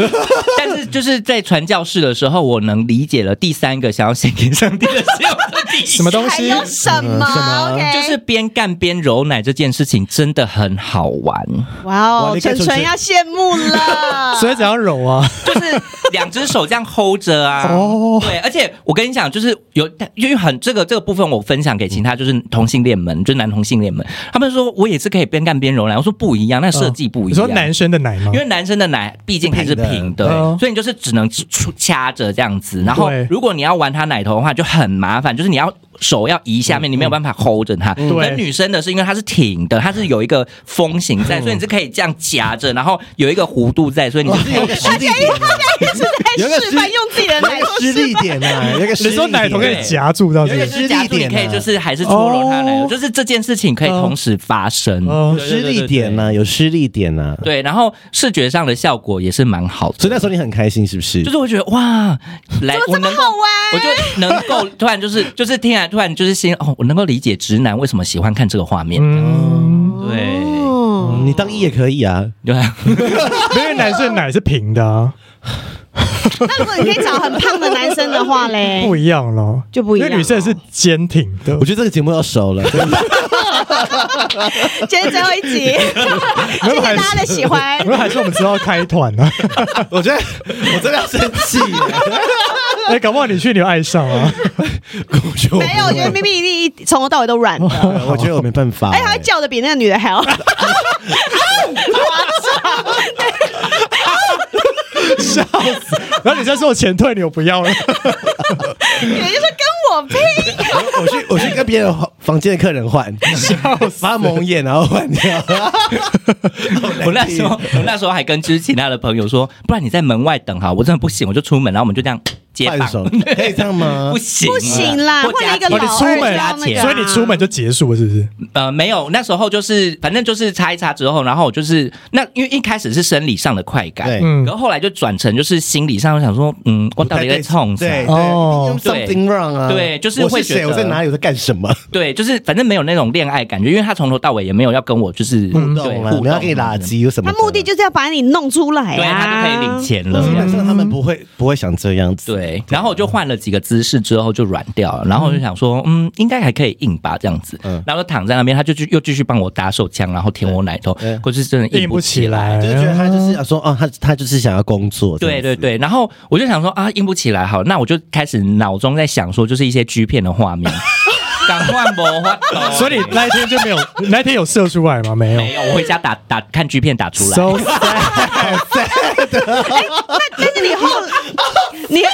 Speaker 1: 但是就是在传教士的时候，我能理解了第三个想要献给上帝的小问题，
Speaker 3: 什么东
Speaker 5: 呃还
Speaker 3: 西？。
Speaker 5: 有什么
Speaker 4: 嗯什么
Speaker 5: ？OK，
Speaker 1: 就是边干边揉奶这件事情真的很好玩，
Speaker 5: 哇
Speaker 4: 哇
Speaker 5: 哦，
Speaker 4: 你看
Speaker 5: 纯纯要羡慕了
Speaker 3: 所以怎样揉啊？
Speaker 1: 就是两只手这样 hold 着啊。
Speaker 3: 哦
Speaker 1: 对，而且我跟你讲，就是有因为很这个这个部分，我分享给其他就是同性恋们，就是男同性恋们，他们说我也是可以边干边揉奶，我说不一样，那设计不一
Speaker 3: 你
Speaker 1: 样。
Speaker 3: 说男生的奶吗
Speaker 1: 因？为男生的奶毕竟还是平
Speaker 4: 平
Speaker 1: 的，
Speaker 3: 的嗯
Speaker 1: 所以你就是只能出掐着这样子。然后
Speaker 3: 对
Speaker 1: 如果你要玩他奶头的话，就很麻烦，就是你要手要移下面，你没有办法 hold 着它。
Speaker 3: 对
Speaker 1: 跟女生的是因为它是挺的，它是有一个风型在，所以你是可以这样夹着，然后有一个弧度在，所以你
Speaker 4: 我
Speaker 1: 是
Speaker 4: 是
Speaker 1: 可以
Speaker 4: 有一个实力点啊，有
Speaker 5: 在
Speaker 4: 一个
Speaker 5: 示范
Speaker 4: 实
Speaker 5: 用自己的
Speaker 4: 有一
Speaker 5: 奶
Speaker 4: 个
Speaker 5: 头
Speaker 4: 实
Speaker 5: 示
Speaker 4: 力点啊，有一个实
Speaker 3: 你
Speaker 4: 力点。
Speaker 3: 说奶头可以夹住到
Speaker 1: 有
Speaker 3: 这
Speaker 1: 一个
Speaker 3: 个？
Speaker 1: 是夹住，你可以就是还是搓揉它的奶头，
Speaker 3: 哦
Speaker 1: 就是这件事情可以同时发生。
Speaker 3: 哦
Speaker 4: 有
Speaker 1: 对
Speaker 4: 失力
Speaker 1: 对
Speaker 4: 点。
Speaker 1: 对对对
Speaker 4: 呐，有失力点啊呐。
Speaker 1: 对，然后视觉上的效果也是蛮好的。
Speaker 4: 所以那时候你很开心，是不是？
Speaker 1: 就是我觉得哇，来我
Speaker 5: 怎么这么
Speaker 1: 能够
Speaker 5: 好玩
Speaker 1: 我就能够突然就是 就是听然突然就是心哦，我能够理解直男为什么喜欢看这个画面，
Speaker 3: 嗯，
Speaker 1: 对
Speaker 5: 哦，
Speaker 4: 嗯你当一也可以啊。
Speaker 1: 对啊，
Speaker 3: 因为男生的奶是平的啊，
Speaker 5: 那如果你可以找很胖的男生的 话嘞，
Speaker 3: 不一样咯。
Speaker 5: 哎就不一样
Speaker 3: 因为女生也是坚挺的
Speaker 4: 我。觉得这个节目要熟了，真的
Speaker 5: 今天最后一 集，谢谢大家的喜欢
Speaker 3: 我。们还是我们知道开团 啊？
Speaker 4: 我觉得我真的要生气耶。
Speaker 3: 哎，搞不好你去你就爱上 啊！
Speaker 4: 我觉得
Speaker 5: 没有，我觉得咪咪一定一从头到尾都软的，
Speaker 4: 我觉得我没办法。
Speaker 5: 而且他叫的比那个女的还要。
Speaker 3: 然后你再说我前退，你又不要了。
Speaker 5: 你就是 跟我拼，
Speaker 4: 我我去我去跟别人房间的客人换，把他蒙眼然后换 掉。
Speaker 1: 我那时候我那时候还跟就是其他的朋友说，不然你在门外等哈，我真的不行，我就出门，然后我们就这样接
Speaker 4: 换
Speaker 1: 棒，
Speaker 4: 手可以这样吗
Speaker 1: 不？行啊
Speaker 5: 不行啦，
Speaker 1: 或
Speaker 5: 换了一个
Speaker 1: 夹
Speaker 3: 哦，
Speaker 5: 老
Speaker 3: 你出门
Speaker 5: 二教那个啊，
Speaker 3: 所以你出门就结束了，是不是？
Speaker 1: 呃，没有，那时候就是反正就是擦一擦之后，然后我就是那因为一开始是生理上的快感，
Speaker 4: 对
Speaker 3: 嗯
Speaker 1: 然后后来就转成就是心理上，我想说，嗯，我到底在冲啥？
Speaker 4: 对
Speaker 3: 哦
Speaker 4: 对，something wrong 啊，
Speaker 1: 对就是
Speaker 4: 我
Speaker 1: 会
Speaker 4: 是
Speaker 1: 觉得
Speaker 4: 谁，我在哪里，我在干什么？
Speaker 1: 对，就是反正没有那种恋爱感觉，因为他从头到尾也没有要跟我就是对互
Speaker 4: 懂了，我要给你垃。圾啊有什么
Speaker 5: 他
Speaker 4: 的？
Speaker 5: 目的就是要把你弄出来
Speaker 1: 对他
Speaker 5: 啊，
Speaker 1: 就可以领钱了
Speaker 4: 基。本上他们不会不会想这样子。
Speaker 1: 对，然后我就换了几个姿势之后就软掉了，然后我就想说，嗯，应该还可以硬吧这样子，
Speaker 4: 嗯
Speaker 1: 然后就躺在那边，他就继又继续帮我打手枪，然后舔我奶头
Speaker 4: 对，
Speaker 1: 可是真的
Speaker 3: 硬
Speaker 1: 硬不
Speaker 3: 不起
Speaker 1: 起来。
Speaker 3: 来，
Speaker 4: 就是觉得他就是想说，哦，他他就是想要工作。
Speaker 1: 对
Speaker 4: 这样
Speaker 1: 对
Speaker 4: 子，
Speaker 1: 对，然后我就想说啊，硬不起来，好，那我就开始脑中在想说，就是一些 G 片的画面， 赶快魔 法抖，
Speaker 3: 所以你那一天就没有，你那一天有射出来吗？没有
Speaker 1: 没。有，我回家打打看 G 片打出来。
Speaker 3: So sad
Speaker 5: 但是你后你。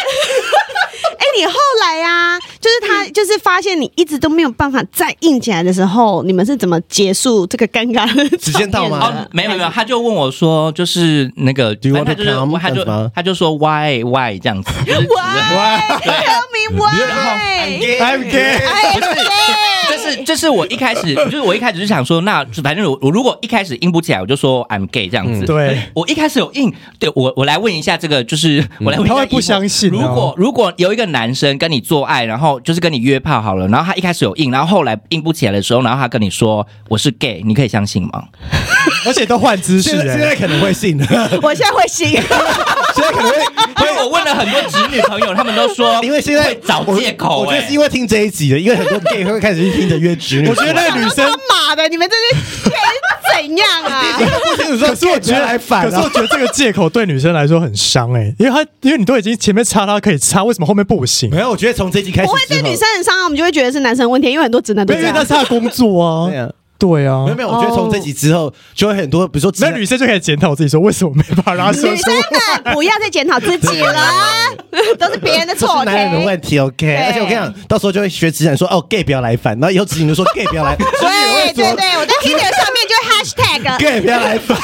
Speaker 5: 哎、你后来啊，就是他，就是发现你一直都没有办法再硬起来的时候，你们是怎么结束这个尴尬的
Speaker 4: 时间到
Speaker 5: 场面
Speaker 1: 哦
Speaker 4: 吗
Speaker 5: 的？，
Speaker 1: 没有没有，他就问我说，就是那个，
Speaker 4: 啊 Do you
Speaker 1: 反正
Speaker 4: want
Speaker 1: 他
Speaker 4: to
Speaker 1: 就是
Speaker 4: come？
Speaker 1: 他
Speaker 4: 这样子
Speaker 1: 就
Speaker 4: 吗
Speaker 1: 他就说 why why 这样 子，就是
Speaker 5: Why? Tell me why?
Speaker 3: I'm gay。
Speaker 5: 哎
Speaker 1: 这是这是我一开始， 就是我一开始就想说，那反正我我如果一开始硬不起来，我就说 I'm gay 这样子。
Speaker 4: 嗯
Speaker 3: 对，
Speaker 1: 我一开始有硬，对我我来问一下这个，就是
Speaker 4: 嗯
Speaker 1: 我来问一下，
Speaker 3: 他会不相信哦
Speaker 1: 如果如果有一个男生跟你做爱，然后就是跟你约炮好了，然后他一开始有硬，然后后来硬不起来的时候，然后他跟你说我是 gay，你可以相信吗？
Speaker 3: 而且都换姿势
Speaker 4: 现在现
Speaker 3: 哎
Speaker 4: 在。可能会信，现
Speaker 5: 我现在会醒，
Speaker 4: 在可能会
Speaker 1: 因为我问了很多直女朋友，他们都说
Speaker 4: 因为现在
Speaker 1: 哦会找借口、
Speaker 4: 我我觉
Speaker 1: 欸，
Speaker 4: 得是因为听这一集的，因为很多 gay 会开始去听着 约直女。
Speaker 3: 我觉得那个女生
Speaker 5: 他，妈的，你们这 是怎样 啊？
Speaker 4: 不清楚说，
Speaker 3: 可是我觉得
Speaker 4: 来反啊
Speaker 3: 可是我
Speaker 4: 了。
Speaker 3: 觉得这个借口对女生来说很伤哎，因为她因为你都已经前面插她可以插，为什么后面不行？
Speaker 4: 没有，我觉得从这一集开始
Speaker 5: 不会对女生很伤害，我们就会觉得是男生问题，因为很多直男都
Speaker 3: 没有，
Speaker 5: 这
Speaker 3: 因为
Speaker 5: 样
Speaker 3: 那。是她的工作
Speaker 4: 对
Speaker 3: 啊。
Speaker 4: 啊，
Speaker 3: 对啊
Speaker 4: 没有，没有，我觉得从这集之后就会很多，比如说直
Speaker 3: 那
Speaker 1: 哦
Speaker 4: 男
Speaker 3: 女生就可以检讨自己说为什么没把拉
Speaker 5: 女
Speaker 3: 伸出
Speaker 5: 生们不要再检讨自己了，都是别人的
Speaker 4: 这
Speaker 5: 错。
Speaker 4: 是 男人的
Speaker 5: OK
Speaker 4: 问题，OK。而且我跟你讲，到时候就会学直男说哦，gay 不要来烦，然后以后直女就说 gay 不 要来，所
Speaker 5: 对对对，我在 Twitter 上面就会 hashtag，
Speaker 4: gay 不要来烦，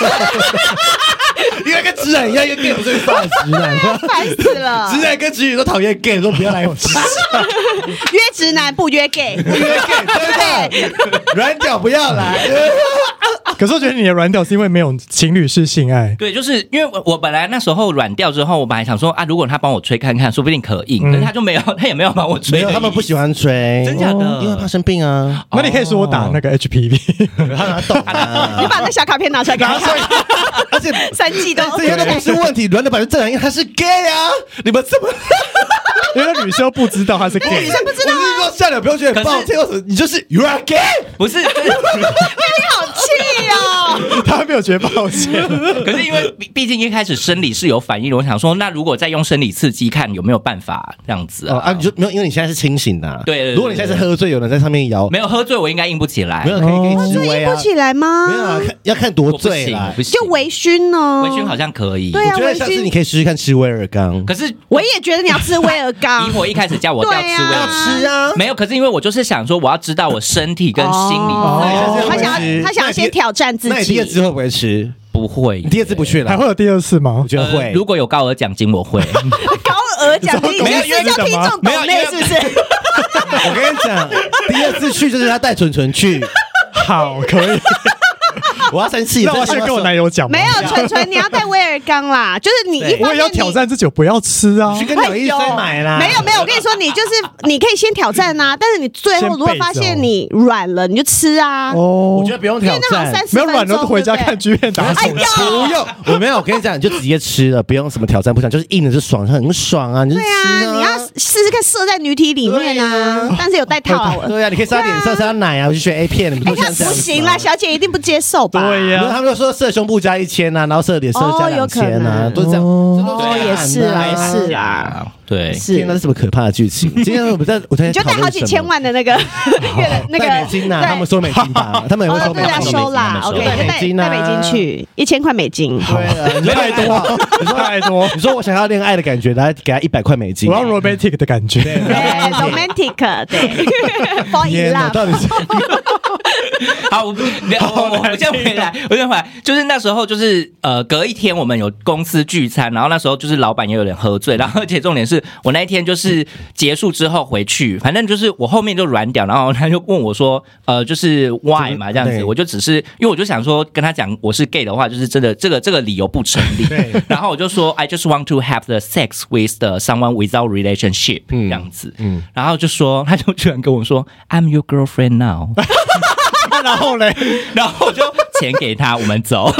Speaker 4: 因为跟直男一样，因为 gay 有最烦直男，
Speaker 5: 烦死了
Speaker 4: 直。男跟直女都讨厌 gay，说不要来 我直
Speaker 5: 约直男不约 gay，
Speaker 4: 对不对？软屌不要来，
Speaker 3: 可是我觉得你的软屌是因为没有情侣式性爱，
Speaker 1: 对，就是因为我我本来那时候软掉之后，我本来想说啊，如果他帮我吹看看，说不定可以，可是他就没有， 他也没有帮我吹
Speaker 4: 嗯没
Speaker 1: 的意思。
Speaker 4: 有，他们不喜欢吹，哦
Speaker 1: 真假的
Speaker 4: 因为怕生病啊，
Speaker 3: 那你可以说我打那个 HPV，
Speaker 4: 他哪懂
Speaker 5: 你
Speaker 4: 啊？
Speaker 5: 把那小卡片拿出来给他看，
Speaker 4: 而且
Speaker 5: 三季都
Speaker 4: 哎这些都不是问题，软的本来就正常，因为他是 gay 啊，你们怎么？
Speaker 3: 因为女生不知道她 是 gay，
Speaker 4: 不知道、啊，我是说下流，不要觉得抱歉，或者你就是 you are gay。
Speaker 1: 不是， 就是
Speaker 5: 好气哦！
Speaker 3: 她没有觉得抱歉。
Speaker 1: 可是因为毕毕竟一开始生理是有反应的，我想说，那如果再用生理刺激看有没有办法这样子
Speaker 4: 哦
Speaker 1: 啊？
Speaker 4: 啊，你就没有，因为你现在是清醒的、啊。
Speaker 1: 对对对
Speaker 4: 如果你现在是喝醉，有人在上面摇，
Speaker 1: 没有喝醉，我应该硬不起来。
Speaker 4: 没有可以可以示威啊
Speaker 5: 不。起来
Speaker 4: 没有啊
Speaker 5: 吗？，
Speaker 4: 看要看多
Speaker 1: 我不
Speaker 4: 醉
Speaker 1: 行，
Speaker 4: 啊
Speaker 1: 我
Speaker 4: 啦。
Speaker 1: 不行。
Speaker 5: 就微醺呢？
Speaker 1: 微醺好像可以。
Speaker 5: 对啊
Speaker 4: 我觉得下次你可以试试看吃威尔刚。
Speaker 1: 可是
Speaker 5: 我也觉得你要吃威尔 刚
Speaker 1: 姨，婆一开始叫我
Speaker 5: 对
Speaker 1: 要
Speaker 5: 啊
Speaker 1: 吃威
Speaker 5: 要
Speaker 1: 尔
Speaker 5: 吃
Speaker 4: 啊，
Speaker 1: 没有，可是因为我就是想说，我要知道我身体跟心理、
Speaker 5: 哦
Speaker 4: 那你下次
Speaker 5: 他
Speaker 4: 会
Speaker 5: 想
Speaker 4: 吃
Speaker 5: 要他想要先挑战自
Speaker 4: 那你第二
Speaker 5: 己。
Speaker 4: 次会不会吃？
Speaker 1: 不会
Speaker 4: 你。第二次不去
Speaker 3: 还
Speaker 4: 了
Speaker 3: 会，有第二次吗
Speaker 4: 我？觉得
Speaker 1: 呃
Speaker 4: 会。
Speaker 1: 如果有高额奖金，我会。
Speaker 5: 高额奖金，
Speaker 3: 没有
Speaker 5: 你是叫听众
Speaker 1: 没有
Speaker 5: 懂内是不是？
Speaker 4: 我跟你讲，第二次去就是他带纯纯去，
Speaker 3: 好，可以。
Speaker 4: 我要生 气。
Speaker 3: 那我要先
Speaker 4: 真的
Speaker 3: 跟我男友讲吗
Speaker 5: 没有，纯纯你要带威尔刚啦，就是你一
Speaker 4: 对
Speaker 5: 方
Speaker 3: 我
Speaker 5: 面
Speaker 3: 也要
Speaker 5: 你
Speaker 3: 挑。战自己，我不要吃啊
Speaker 4: 我。去跟
Speaker 5: 哎
Speaker 4: 鸟医生买啦。
Speaker 5: 没有没有，我跟你说，你就是你可以先挑战啊，但是你最后
Speaker 3: 先
Speaker 5: 如果发
Speaker 3: 备着哦
Speaker 5: 现你软了，你就吃啊。
Speaker 3: 哦
Speaker 4: 我觉，得不用
Speaker 5: 因
Speaker 4: 挑
Speaker 5: 为那好
Speaker 4: 战
Speaker 5: 像。三 十
Speaker 3: 没有
Speaker 5: 分钟，
Speaker 3: 软了就回家
Speaker 5: 对不对
Speaker 3: 看剧片打手
Speaker 5: 哎呦
Speaker 3: 枪。
Speaker 4: 不用，我没有。我跟你讲，你就直接吃了，不用什么挑战，不想，就是硬的就爽，很爽啊，你就
Speaker 5: 对
Speaker 4: 吃
Speaker 5: 啊，你要试试看射在女体里面啊，但是有戴套啊。
Speaker 4: 对啊，你可以撒脸上撒奶啊，我去学 A 片，你们
Speaker 5: 哎，
Speaker 4: 都
Speaker 5: 他
Speaker 4: 像这
Speaker 5: 不
Speaker 4: 样子啊
Speaker 5: 行啦，小姐一定不接受吧？
Speaker 3: 对
Speaker 4: 然后
Speaker 3: 呀，
Speaker 4: 他们就说射胸部加一千啊，然后射脸射加
Speaker 5: 哦有
Speaker 4: 两
Speaker 5: 可
Speaker 4: 千啊，
Speaker 5: 能
Speaker 4: 都是这样。
Speaker 3: 哦
Speaker 4: 这都
Speaker 5: 哦，
Speaker 4: 这样
Speaker 5: 也是啦，
Speaker 4: 啊
Speaker 5: 也是啦，
Speaker 1: 啊，对，
Speaker 4: 天哪，
Speaker 5: 是。
Speaker 4: 这什么可怕的剧情？ 今天我们在我在
Speaker 5: 你就带好几千万 的那个月的那
Speaker 4: 带美
Speaker 5: 个
Speaker 4: 金
Speaker 3: 啊
Speaker 4: 呐，他们
Speaker 5: 对
Speaker 4: 收美金 吧，他们也会收
Speaker 5: 哦，
Speaker 4: 美
Speaker 5: 对啊，
Speaker 4: 金，
Speaker 5: 收啦
Speaker 1: 他们收
Speaker 5: ，OK，
Speaker 1: 美金
Speaker 5: 就带
Speaker 4: 美金啊
Speaker 5: 带美金去一千块美金，
Speaker 4: 对 啊，你说
Speaker 3: 太多，太多。
Speaker 4: 你说我想要恋爱的感觉，来给他一百块美金
Speaker 3: 我。要 romantic 的感觉。
Speaker 5: 对，romantic，对，fall
Speaker 4: 天
Speaker 5: in
Speaker 4: 哪，
Speaker 5: love，
Speaker 4: 到底 是
Speaker 1: 好，我我我我先回来，我先回来。就是那时候，就是呃，隔一天我们有公司聚餐，然后那时候就是老板也有点喝醉，然后而且重点是我那一天就是结束之后回去，反正就是我后面就软屌，然后他就问我说，呃，就是 why 嘛这样子，
Speaker 4: 对
Speaker 1: 我就只是因为我就想说跟他讲我是 gay 的话，就是真的这个这个理由不成立， 然后我就说 I just want to have the sex with the someone without relationship 这样子，嗯，然后就说他就居然跟我说 I'm your girlfriend now。
Speaker 3: 然后嘞，
Speaker 1: 然后 我就钱给他，我们走。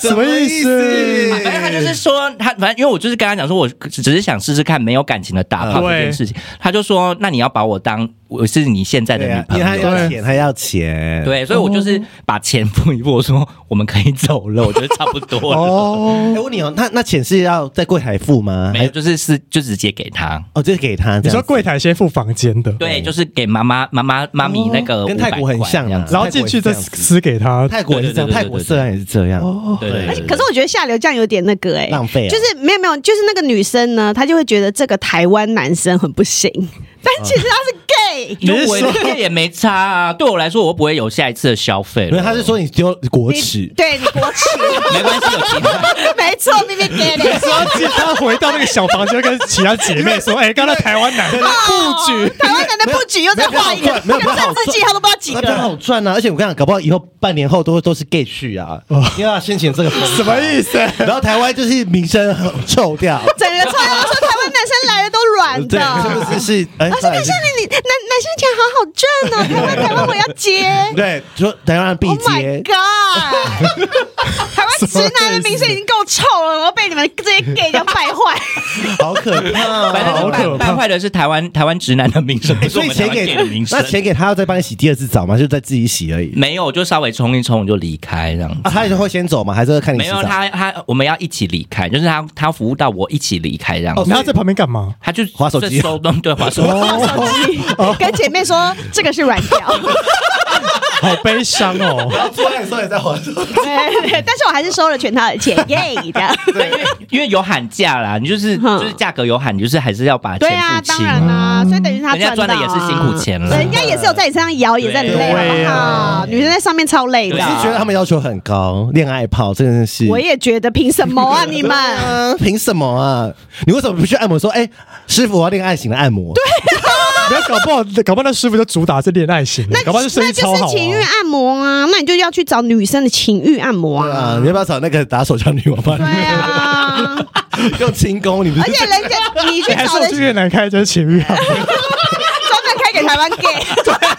Speaker 3: 什么意思？
Speaker 1: 反
Speaker 4: 哎
Speaker 1: 正他就是说，他反正因为我就是跟他讲说，我只只是想试试看没有感情的打炮
Speaker 3: 嗯
Speaker 1: 这件事情。他就说，那你要把我当我是你现在的
Speaker 4: 对
Speaker 1: 女
Speaker 4: 啊，哦
Speaker 1: 朋
Speaker 4: 因为他
Speaker 1: 友。
Speaker 4: 要钱，他要钱。，
Speaker 1: 哎对，所以我就是把钱付一付，我说我们可以走了，我觉得差不多了。
Speaker 3: 哦，
Speaker 4: 哎，问你哦，那那钱是要在柜台付吗？
Speaker 1: 没有，
Speaker 4: 还
Speaker 1: 就是是就直接给他。
Speaker 4: 哦，就是给他。
Speaker 3: 你
Speaker 4: 这样
Speaker 3: 说柜台先付房间的，
Speaker 1: 对，就是给妈妈、妈妈、妈咪那个
Speaker 4: 哦跟泰国很像
Speaker 1: 500块这
Speaker 4: 啊
Speaker 1: 样子
Speaker 3: 然后进去再撕给他。
Speaker 4: 泰国也是这样，
Speaker 1: 对对对对对哦
Speaker 4: 泰国色案也是这样。
Speaker 1: 对对对对
Speaker 5: 可是我觉得下流酱有点那个哎，
Speaker 4: 浪费啊
Speaker 5: 就是没有没有，就是那个女生呢，她就会觉得这个台湾男生很不行，但其实他是 gay，
Speaker 1: 哎因为我那个也没差啊，对我来说，我不会有下一次的消费了。
Speaker 4: 因为他是说你丢国耻，
Speaker 5: 对你国耻，
Speaker 1: 没关系，有其他
Speaker 5: 没错，明明 gay 的。
Speaker 3: 然后记得他回到那个小房间，跟其他姐妹说：“哎，刚才台湾男布局，
Speaker 5: 台湾人的布局又在画一个，
Speaker 4: 没有没有没有
Speaker 5: 政治季他都不知道几
Speaker 4: 那比较
Speaker 5: 个。
Speaker 4: 好赚啊！而且我跟你讲，搞不好以后半年后都都是 gay 去啊，因为他先前这个什
Speaker 3: 哦什么意思？
Speaker 4: 然后台湾就是名声很臭掉，
Speaker 5: 整个超阳说台湾男生来的都软的，
Speaker 4: 对，
Speaker 5: 而
Speaker 4: 是不是？哎，
Speaker 5: 且看现在你男男生钱好好赚呢、台湾台湾我要接。
Speaker 4: 对，说台湾人必
Speaker 5: Oh
Speaker 4: 接
Speaker 5: my，god！台湾直男的名声已经够臭了，然后被你们这些 gay 这样败坏。
Speaker 4: 好可怕哦！
Speaker 1: 反正
Speaker 3: 好
Speaker 1: 是
Speaker 3: 可
Speaker 1: 败败坏的是台湾台湾直男的名声，不是
Speaker 4: 所
Speaker 1: 我
Speaker 4: 以
Speaker 1: 们台
Speaker 4: 钱
Speaker 1: 湾 gay
Speaker 4: 给
Speaker 1: 的名声
Speaker 4: 那。钱给他要再帮你洗第二次澡吗？就再自己洗而已。
Speaker 1: 没有，我就稍微冲一冲我就离开这样子。
Speaker 4: 啊，他就会先走吗？还是会看你
Speaker 1: 没
Speaker 4: 洗
Speaker 1: 有
Speaker 4: 澡？
Speaker 1: 他他我们要一起离开，就是他他服务到我一起离开这样
Speaker 3: 然
Speaker 1: 子。
Speaker 3: 后在旁边干嘛？
Speaker 1: 他就
Speaker 4: 滑手机
Speaker 1: 收东对滑手机，
Speaker 5: 手机，跟姐妹说这个是软条，
Speaker 3: 好悲伤哦。
Speaker 4: 然后做爱的时候也在划手机，
Speaker 5: 对 但是我还是收了全套的钱，耶！这样，
Speaker 1: 因为有喊价啦，你就是
Speaker 5: 哼
Speaker 1: 就是价格有喊，你就是还是要把钱
Speaker 5: 嗯对啊，
Speaker 1: 付
Speaker 5: 当
Speaker 1: 清
Speaker 5: 然
Speaker 1: 啊。
Speaker 5: 啦，所以等于是他
Speaker 1: 人家
Speaker 5: 赚
Speaker 1: 的
Speaker 5: 到
Speaker 1: 也是
Speaker 5: 啊
Speaker 1: 辛苦钱了
Speaker 5: 对，，人家也是有在你身上摇，也在你累，
Speaker 3: 对
Speaker 5: 好不
Speaker 3: 啊
Speaker 5: 好？女生在上面超累
Speaker 4: 我
Speaker 5: 的
Speaker 1: 对啊
Speaker 4: 是，觉得他们要求很高，恋爱炮真的是。
Speaker 5: 我也觉得，凭什么啊你们？
Speaker 4: 啊，凭什么啊？你为什么不去按摩？说，哎、师傅，我要恋爱型的按摩。对，
Speaker 3: 不要搞不好，搞不好那师傅就主打是恋爱型的，搞不好
Speaker 5: 那
Speaker 3: 是生
Speaker 5: 那
Speaker 3: 意
Speaker 5: 就
Speaker 3: 超
Speaker 5: 是
Speaker 3: 好、
Speaker 5: 情欲
Speaker 3: 啊。
Speaker 5: 按摩啊，那你就要去找女生的情欲按摩
Speaker 4: 啊，
Speaker 5: 啊
Speaker 4: 你。要不要找那个打手枪女王帮
Speaker 5: 对
Speaker 4: 你
Speaker 5: 啊，
Speaker 4: 用轻功？你不
Speaker 5: 而
Speaker 4: 是
Speaker 5: 且人家你去
Speaker 3: 哎还
Speaker 5: 找
Speaker 3: 是我
Speaker 5: 人
Speaker 3: 去越南开一间情欲按摩，
Speaker 5: 专门开给台湾 gay，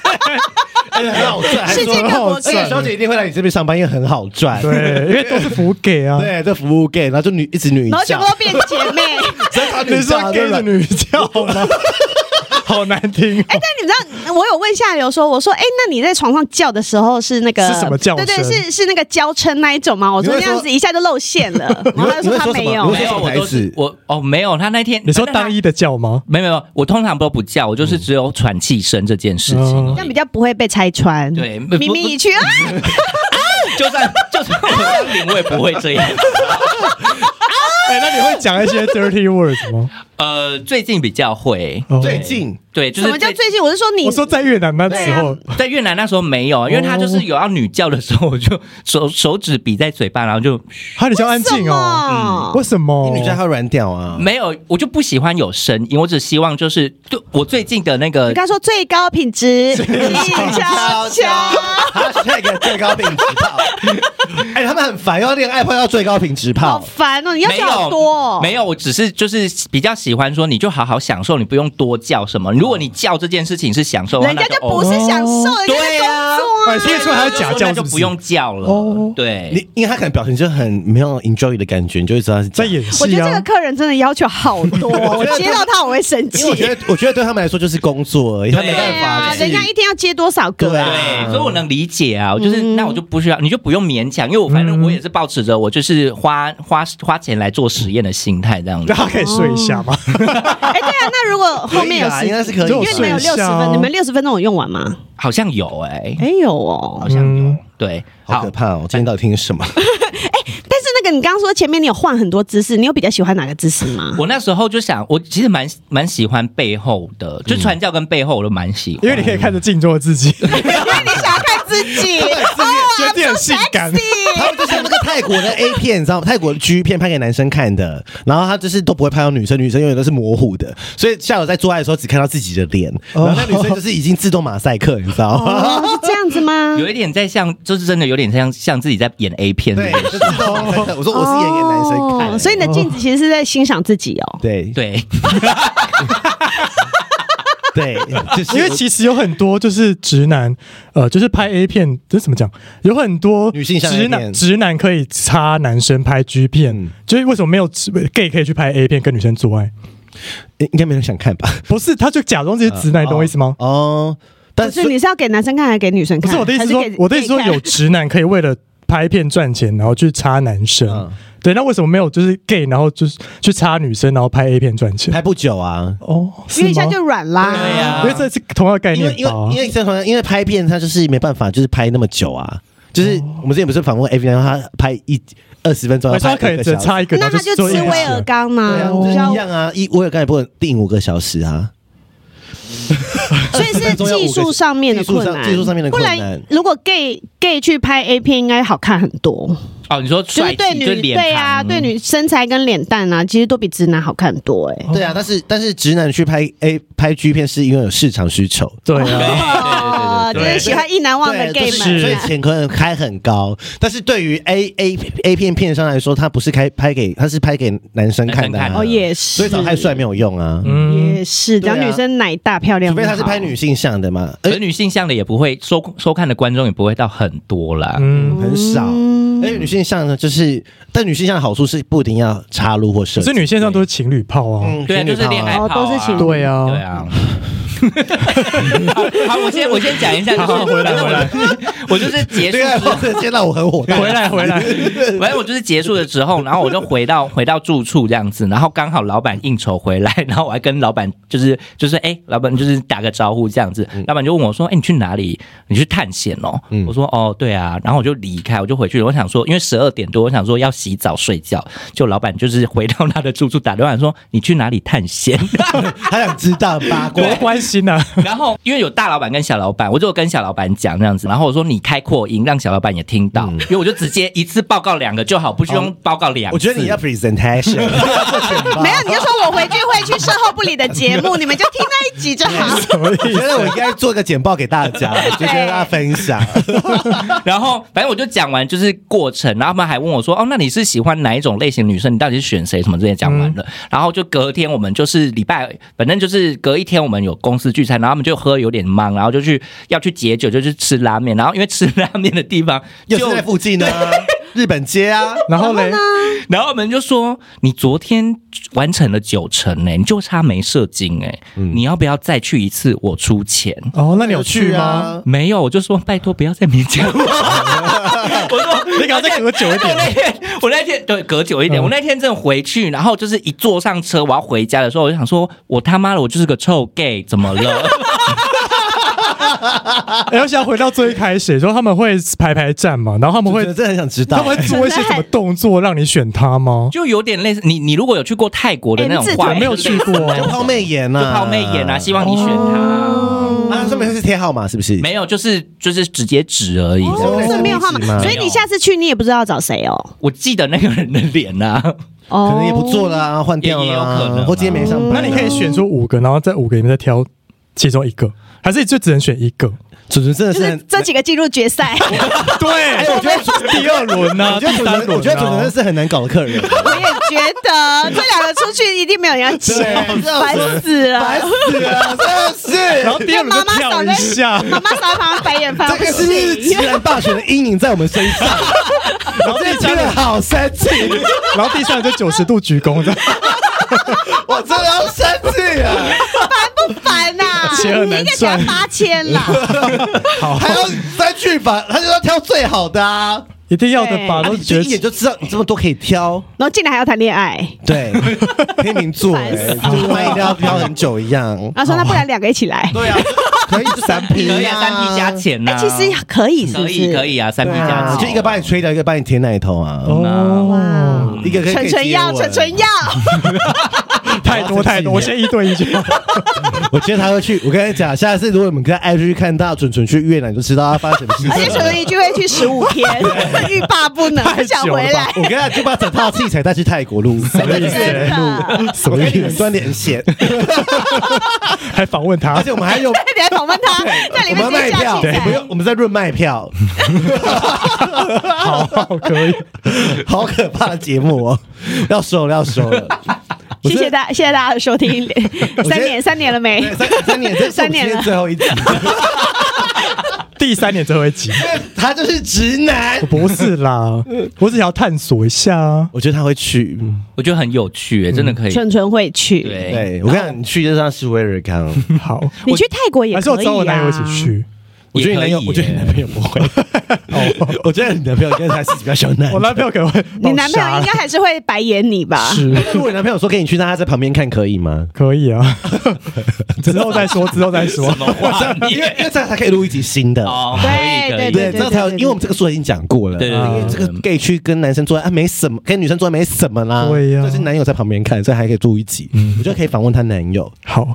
Speaker 4: 哎 很好赚，还
Speaker 5: 世界
Speaker 4: 说
Speaker 5: 各国
Speaker 4: 而且
Speaker 5: gay。
Speaker 4: 小姐一定会来你这边上班，因为很好赚。
Speaker 3: 对，因为都是服给啊。
Speaker 4: 对，这服务 gay，然后就女一直女
Speaker 5: 然后全
Speaker 4: 教
Speaker 5: 部，都变姐 妹。哎，
Speaker 4: 真的
Speaker 3: 你
Speaker 4: 女
Speaker 3: 说
Speaker 4: 教
Speaker 3: 给
Speaker 4: 对
Speaker 3: 的
Speaker 4: 吧？
Speaker 3: 女教吗？好难听、哦。
Speaker 5: 但你知道，我有问下流说，我说，哎，那你在床上叫的时候是那个
Speaker 3: 是什么叫
Speaker 5: 对对，
Speaker 3: 声
Speaker 5: 是是那个娇嗔那一种吗？我说
Speaker 4: 你会
Speaker 5: 那
Speaker 4: 说
Speaker 5: 样子一下就露馅了。 然后他
Speaker 4: 你
Speaker 5: 就
Speaker 4: 会
Speaker 5: 他
Speaker 4: 说什么
Speaker 5: 没
Speaker 4: 你
Speaker 5: 有
Speaker 4: 会
Speaker 1: 没
Speaker 4: 说，
Speaker 1: 有，
Speaker 4: 什么
Speaker 1: 我
Speaker 4: 牌
Speaker 1: 都是
Speaker 4: 子
Speaker 1: 我哦，没有，他那天
Speaker 3: 你说
Speaker 1: 他那
Speaker 3: 单一的叫吗？
Speaker 1: 没有没有，我通常都不叫，我就是只有喘气声这件事情。
Speaker 3: 嗯
Speaker 5: 这样比较不会被拆穿。
Speaker 1: 对不
Speaker 5: 明明
Speaker 1: 不
Speaker 5: 一去啊，
Speaker 1: 就算 就算我当领我也不会这样。
Speaker 3: 哎、那你会讲一些 dirty words 吗？
Speaker 1: 呃，最近比较会，
Speaker 3: 哦
Speaker 4: 最近
Speaker 1: 对，就
Speaker 5: 什么
Speaker 1: 是
Speaker 5: 叫
Speaker 1: 在
Speaker 5: 最近？我是说你
Speaker 3: 我，说在越南那时候，
Speaker 1: 在越南那时候没有，啊因为他
Speaker 5: 哦
Speaker 1: 就是有要女叫的时候，我就手手指比在嘴巴，然后就
Speaker 3: 哈，你像安静哦，
Speaker 5: 哦
Speaker 3: 为什么？
Speaker 4: 你女教她软屌啊，
Speaker 1: 没有，我就不喜欢有声音，我只希望就是就我最近的那个
Speaker 5: 你刚说最高品质，悄悄。
Speaker 4: 那个最高品质炮。哎，他们很烦，要恋爱炮要最高品质
Speaker 5: 好
Speaker 4: 炮。
Speaker 5: 烦哦！你要
Speaker 1: 没
Speaker 5: 求
Speaker 1: 有
Speaker 5: 好多、哦
Speaker 1: 没有，我只是就是比较喜欢说，你就好好享受，你不用多叫什么。如果你叫这件事情是享受的话，
Speaker 5: 人家
Speaker 1: 那
Speaker 5: 就
Speaker 1: 就
Speaker 5: 不是享受，
Speaker 4: 哦
Speaker 5: 人家在
Speaker 1: 对
Speaker 5: 工
Speaker 1: 啊
Speaker 5: 作啊。
Speaker 3: 哎，听得出来还有假叫
Speaker 1: 那
Speaker 3: 是
Speaker 1: 就
Speaker 3: 不是
Speaker 1: 不用叫了。
Speaker 3: 哦
Speaker 1: 对，
Speaker 4: 你因为他可能表情就很没有 enjoy 的感觉，你就会知道他是
Speaker 3: 在
Speaker 4: 在
Speaker 3: 演
Speaker 5: 我觉
Speaker 3: 戏
Speaker 5: 得这个
Speaker 3: 啊。
Speaker 5: 客人真的要求好多，哦我接到他我会生
Speaker 4: 因
Speaker 5: 气
Speaker 4: 为我。觉得，我觉得对他们来说就是工作而已，他没办
Speaker 5: 对啊
Speaker 4: 法，，
Speaker 5: 人家一天要接多少个
Speaker 4: 对
Speaker 5: 啊？
Speaker 1: 对，所以我能理解啊，我就是、
Speaker 5: 嗯
Speaker 1: 那我就不需要，你就不用勉强，因为我反正我也是抱持着我就是花花花钱来做实验的心态这样子
Speaker 3: 那。他可以睡一下吗？
Speaker 5: 哎，对啊，那如果后面有
Speaker 4: 可以啦应该
Speaker 5: 时，
Speaker 4: 是可以
Speaker 3: 就
Speaker 4: 的，
Speaker 5: 因为你们有
Speaker 3: 睡
Speaker 5: 六
Speaker 3: 一
Speaker 5: 十
Speaker 3: 下哦
Speaker 5: 分，你们六十分钟有用完吗？
Speaker 1: 好像有哎、
Speaker 5: 哎有哦
Speaker 1: 好，像有，
Speaker 3: 嗯
Speaker 1: 对，
Speaker 4: 好可怕哦！今天到底听什么？
Speaker 5: 但是那个你刚刚说前面你有换很多姿势，你有比较喜欢哪个姿势 吗？
Speaker 1: 我那时候就想，我其实蛮蛮喜欢背后的，就传教跟背后我都蛮喜 欢。
Speaker 3: 因为你可以看着镜中的自己，哦
Speaker 5: 因为你想要看自己，
Speaker 3: 觉得自己很性感。
Speaker 5: 啊
Speaker 4: 他们就是那个泰国的 A 片，你知道吗？泰国的 G 片拍给男生看的，然后他就是都不会拍到女生，女生永远都是模糊的，所以下午在做爱的时候只看到自己的脸，然后那女生就是已经自动马赛克，你知道吗？
Speaker 5: 哦，是这样子吗？
Speaker 1: 有一点在像，就是真的有点像像自己在演 A 片的
Speaker 4: 对
Speaker 1: 那种，
Speaker 4: 就自动马赛克。我说我是演给男生看欸
Speaker 5: 哦
Speaker 4: 的，
Speaker 5: 所以你的镜子其实是在欣赏自己哦。
Speaker 4: 对
Speaker 1: 对，
Speaker 4: 对，就是
Speaker 3: 因为其实有很多就是直男，呃，就是拍 A 片，这怎么讲？有很多
Speaker 4: 女性向 A
Speaker 3: 直
Speaker 4: 片
Speaker 3: 男，直男可以插男生拍 G 片
Speaker 4: 嗯，
Speaker 3: 就是为什么没有直 gay 可以去拍 A 片跟女生做爱？
Speaker 4: 诶应该没人想看吧？
Speaker 3: 不是，他就假装这些直男，你懂我意思吗？
Speaker 4: 哦，但
Speaker 5: 不是，你是要给男生看还是给女生
Speaker 3: 不
Speaker 5: 看？
Speaker 3: 是我的意思说
Speaker 5: 还是给，
Speaker 3: 我的意思说
Speaker 5: 给看
Speaker 3: 有直男可以为了拍片赚钱，然后去插男生。
Speaker 4: 嗯
Speaker 3: 对，那为什么没有就是 gay，然后就是去插女生，然后拍 A 片赚钱？
Speaker 4: 拍不久啊。
Speaker 3: 哦，是
Speaker 5: 因
Speaker 3: 吗
Speaker 5: 为你？现在就软啦。
Speaker 1: 对呀
Speaker 3: 因为这是同样的概
Speaker 4: 因为
Speaker 3: 念
Speaker 4: 啊因
Speaker 3: 吧
Speaker 4: 为因？为正常，因为拍片它就是没办法，就是拍那么久啊。就是我们之前不是访问 A 片，他拍一二十分钟，
Speaker 3: 还是
Speaker 4: 拍
Speaker 3: 哦他可
Speaker 4: 二
Speaker 3: 以
Speaker 4: 个
Speaker 3: 只
Speaker 4: 小时
Speaker 3: 插一个，
Speaker 5: 那
Speaker 3: 然后
Speaker 5: 他就吃
Speaker 3: 做一个
Speaker 5: 威尔刚嘛，
Speaker 4: 对啊，
Speaker 5: 比
Speaker 4: 就是
Speaker 5: 较
Speaker 4: 一样啊，一我也刚才不能定五个小时啊，
Speaker 5: 所 以是技术上面的困难，
Speaker 4: 技术上技术上面的困难
Speaker 5: 不然如果 gay gay 去拍 A 片，应该好看很多，
Speaker 1: 哦，你说
Speaker 5: 就
Speaker 1: 帅
Speaker 5: 是
Speaker 1: 气，
Speaker 5: 对
Speaker 1: 就
Speaker 5: 女
Speaker 1: 脸
Speaker 5: 对啊，
Speaker 1: 庞
Speaker 5: 对女身材跟脸蛋啊，其实都比直男好看很 多
Speaker 3: 哦
Speaker 5: 哎。
Speaker 4: 对啊，但是但是直男去拍 A 拍 G 片是因为有市场需求，
Speaker 3: 对
Speaker 1: 对
Speaker 3: 啊，
Speaker 5: 哦，
Speaker 1: 对对对
Speaker 5: 就
Speaker 1: 对对
Speaker 5: 是喜欢意难忘的
Speaker 4: 对，就
Speaker 5: gay
Speaker 4: 是所以
Speaker 5: 们啊。
Speaker 4: 钱可能开很高，但是对于 A A A 片片商来说，他不是开拍给他是拍给男生看的啊
Speaker 1: 男生看
Speaker 5: 哦， 也是，
Speaker 4: 所以找太帅没有用啊，
Speaker 3: 嗯，
Speaker 5: 也是，只要
Speaker 4: 对啊
Speaker 5: 女生奶大漂亮
Speaker 4: 除
Speaker 5: 就
Speaker 4: 非
Speaker 5: 好，
Speaker 4: 他是拍女性向的嘛，哎
Speaker 1: 对，
Speaker 3: 嗯
Speaker 4: 而
Speaker 1: 而女性向的也不会收收看的观众也不会到很多啦。
Speaker 3: 嗯，
Speaker 4: 很少。
Speaker 5: 嗯
Speaker 4: 而且女性向呢，就是但女性向的好处是不一定要插入或射
Speaker 3: 可
Speaker 4: 精，
Speaker 3: 是女线上都是情侣炮啊，
Speaker 4: 嗯
Speaker 1: 对啊，
Speaker 4: 仙女
Speaker 1: 就是
Speaker 4: 棒啊
Speaker 1: 恋爱
Speaker 5: 哦
Speaker 1: 炮
Speaker 5: 都是
Speaker 1: 啊，
Speaker 5: 情侣
Speaker 3: 对啊
Speaker 1: 对，啊，好，我先我先讲一下，就是
Speaker 3: 好回来回来，
Speaker 1: 我就是结束
Speaker 4: 恋爱
Speaker 1: 之后
Speaker 4: 方式接到我很火大，
Speaker 3: 啊回来回来，
Speaker 1: 反正我就是结束了之后，然后我就回到回到住处这样子，然后刚好老板应酬回来，然后我还跟老板就是就是哎、老板就是打个招呼这样子，
Speaker 4: 嗯
Speaker 1: 老板就问我说，哎、你去哪里？你去探险哦？我说哦，对啊，然后我就离开，我就回去了，我想说，因为十二点多，我想说要洗澡睡觉，就老板就是回到他的住处打电话说，你去哪里探险？
Speaker 4: 他想知道八卦
Speaker 3: 多。关心 啊！
Speaker 1: 然后因为有大老板跟小老板，我就有跟小老板讲这样子，然后我说你开扩音，让小老板也听到，
Speaker 4: 嗯
Speaker 1: 因为我就直接一次报告两个就好，不需要报告两次。
Speaker 4: 哦我觉得你要 presentation，
Speaker 5: 没有，你就说我回去会去售后不理的节 目，你们就听那一集就好。
Speaker 4: 我觉得我应该做个简报给大家，就跟大家分享。
Speaker 1: 然后反正我就讲完就是过程，然后他们还问我说：“哦，那你是喜欢哪一种类型女生？你到底是选谁？什么之类？”讲完了，
Speaker 3: 嗯
Speaker 1: 然后就隔天我们就是礼拜，反正就是隔一天我们有公司聚餐，然后他们就喝有点忙，然后就去要去解酒，就去吃拉面，然后因为吃拉面的地方
Speaker 4: 又
Speaker 1: 就是
Speaker 4: 在附近呢，日本街啊，
Speaker 3: 然后嘞，
Speaker 1: 然后我们就说，你昨天完成了九成欸呢、你就差没射精哎、
Speaker 3: 嗯
Speaker 1: 你要不要再去一次？我出钱。
Speaker 3: 哦，那你有去吗？？
Speaker 1: 没有，我就说拜托不要再勉强我。 我说
Speaker 3: 你赶快再给我久一
Speaker 1: 我那
Speaker 3: 点。
Speaker 1: 天， 我那天对隔久一点，
Speaker 3: 嗯
Speaker 1: 我那天真的回去，然后就是一坐上车，我要回家的时候，我就想说，我他妈的，我就是个臭 gay，怎么了？
Speaker 4: 啊
Speaker 3: 哎我想回到最开始，说他们会排排站嘛，然后他们
Speaker 4: 我
Speaker 3: 会
Speaker 4: 会真的很想知
Speaker 3: 他
Speaker 4: 道
Speaker 3: 们。会 做一些什么动作让你选他吗？
Speaker 1: 就有点类似你，你如果有去过泰国的那种
Speaker 5: 哎你自己
Speaker 1: 画
Speaker 3: 我
Speaker 1: 面，
Speaker 3: 没有去过
Speaker 4: 就
Speaker 3: 哦，
Speaker 4: 抛媚眼
Speaker 1: 就
Speaker 4: 啊，
Speaker 1: 泡妹眼啊，希望你选
Speaker 5: 哦
Speaker 1: 他。
Speaker 4: 啊，上面是贴号码是不是？
Speaker 1: 没有，就是就是直接指而已。
Speaker 4: 哦
Speaker 5: 是没有号码
Speaker 4: 没有，
Speaker 5: 所以你下次去你也不知道要找谁哦。
Speaker 1: 我记得那个人的脸啊呐、
Speaker 5: 哦，
Speaker 4: 可能也不做了啊，换掉
Speaker 1: 也也
Speaker 4: 了
Speaker 1: 有
Speaker 4: 啊，
Speaker 1: 可能啊
Speaker 4: 或今天没上班
Speaker 3: 那
Speaker 4: 啊。
Speaker 3: 你可以选出五个，然后在五个里面再挑其中一个，还是就只能选一个？
Speaker 4: 准准真的
Speaker 5: 就是是
Speaker 4: 很
Speaker 5: 这几个进入 决赛，
Speaker 3: 对，
Speaker 4: 哎，我觉得
Speaker 3: 第二轮呢、
Speaker 4: 我觉
Speaker 3: 第
Speaker 4: 得准
Speaker 3: 三轮、
Speaker 4: 准，我觉得准准是很难搞的客
Speaker 1: 哦
Speaker 4: 人，
Speaker 5: 我也觉得这两个出去一定没有人要接，烦死
Speaker 4: 烦
Speaker 5: 了。
Speaker 4: 死了，真的
Speaker 3: 然后
Speaker 4: 是。
Speaker 3: 第二轮就跳一下，
Speaker 5: 妈妈扫在旁边白眼翻，
Speaker 4: 这个是直男霸权的阴影在我们身 上，
Speaker 3: 然后
Speaker 4: 我真
Speaker 3: 第
Speaker 4: 的
Speaker 3: 三
Speaker 4: 觉得
Speaker 3: 轮，
Speaker 4: 好生气，
Speaker 3: 然后第三轮就九十度鞠躬的，
Speaker 4: 我真的要生气啊了，
Speaker 5: 不烦呐、
Speaker 3: 钱很
Speaker 5: 你
Speaker 3: 难
Speaker 5: 应该
Speaker 3: 赚
Speaker 5: 讲八千啦，
Speaker 4: 还要三句吧，他就要挑最好的啊，
Speaker 3: 一定要的吧？
Speaker 4: 啊
Speaker 3: 都
Speaker 4: 你就
Speaker 3: 觉
Speaker 4: 一眼
Speaker 3: 得
Speaker 4: 就知道你这么多可以挑，
Speaker 5: 然后进来还要谈恋爱。
Speaker 4: 对， 天秤座，哎
Speaker 5: 烦
Speaker 4: 就
Speaker 5: 死
Speaker 4: 是万一定要挑很久一样，
Speaker 5: 然后啊说那不然两个一起来，
Speaker 4: 对啊，可以就三 P
Speaker 1: 可以啊，三 P 加钱呐、
Speaker 5: 哎、其实可以是
Speaker 1: 可
Speaker 5: 不
Speaker 1: 以
Speaker 5: 是？
Speaker 1: 可以啊，三 P
Speaker 4: 对
Speaker 1: 加
Speaker 4: 啊，
Speaker 1: 钱，
Speaker 4: 就一个帮你吹掉，一个帮你舔奶头啊，
Speaker 3: 哦，
Speaker 4: 一嗯个可以
Speaker 5: 嗯纯纯药，纯纯。药，
Speaker 3: 太多太多，我先一对一就好。
Speaker 4: 我觉得他会去，我跟你讲，下次如果你们在 IG 看到准准去越南，你就知道他发生什么事
Speaker 5: 而且
Speaker 4: 情
Speaker 5: 纯
Speaker 4: 了。
Speaker 5: 纯一句会去十五天，欲罢不 能，不想回来。
Speaker 4: 我跟他就把整套器材带去泰国录，什么
Speaker 3: 意思
Speaker 5: 真的，哎
Speaker 3: 什
Speaker 4: 我
Speaker 3: 么
Speaker 4: 跟你
Speaker 3: 意
Speaker 4: 们
Speaker 3: 思？
Speaker 4: 端连线，
Speaker 3: 还访问他
Speaker 4: 而且？我们还有，
Speaker 5: 你还访问他，在里
Speaker 4: 我们要
Speaker 5: 面直接
Speaker 4: 卖
Speaker 5: 叫
Speaker 4: 票，
Speaker 5: 器
Speaker 4: 我们
Speaker 5: 材
Speaker 4: 要，我们在论卖票，
Speaker 3: 好，好可以。
Speaker 4: 好可怕的节目哦，要收了，要收了。我
Speaker 5: 谢
Speaker 4: 真的
Speaker 5: 谢大，谢谢大家的 收听。三年，三年了没？
Speaker 4: 对三三年，这是我
Speaker 5: 哎三
Speaker 4: 们今
Speaker 5: 年
Speaker 4: 天
Speaker 5: 了
Speaker 4: 最后一集，
Speaker 3: 第三年最后一集，
Speaker 4: 他就是直男。
Speaker 3: 不是啦，我只想要探索一下啊。
Speaker 4: 我觉得他会去，嗯
Speaker 1: 我觉得很有趣、真的可以。
Speaker 5: 纯纯会去，
Speaker 1: 对，
Speaker 4: 对我跟你讲，你去就像是威尔刚，
Speaker 3: 好，
Speaker 5: 你去泰国也
Speaker 3: 还是我
Speaker 5: 可以
Speaker 3: 找我男友
Speaker 5: 啊。
Speaker 3: 一起去。
Speaker 4: 我觉得你男友，
Speaker 1: 也可以耶
Speaker 4: 我觉得你男朋友不会， 哦，我觉得你男朋友跟他是比较小男
Speaker 3: 我。男朋友可能会把
Speaker 5: 你
Speaker 3: 我
Speaker 5: 男朋
Speaker 3: 杀
Speaker 5: 友
Speaker 3: 哦了
Speaker 5: 应该还是会白眼你吧？
Speaker 4: 如果你男朋友说跟你去，那他在旁边看可以 吗？
Speaker 3: 可以啊， 之后再说，之后再说
Speaker 1: 什。么画
Speaker 4: 因为 因
Speaker 1: 面？
Speaker 4: 为这样才可以录一集新的。
Speaker 1: 哦，
Speaker 5: 对
Speaker 1: 可以可以
Speaker 4: 对，
Speaker 5: 对
Speaker 4: 这样才有，
Speaker 5: 对对
Speaker 4: 因为我们这个说已经讲过了，
Speaker 1: 对对
Speaker 4: 因
Speaker 1: 对
Speaker 4: 为这个
Speaker 1: 嗯
Speaker 4: gay 区跟男生做爱啊没什么，跟女生做爱没什么啦，
Speaker 3: 对呀
Speaker 4: 就是男友在旁边看，这还可以录一集，我觉得可以访问她男 友，
Speaker 3: 好，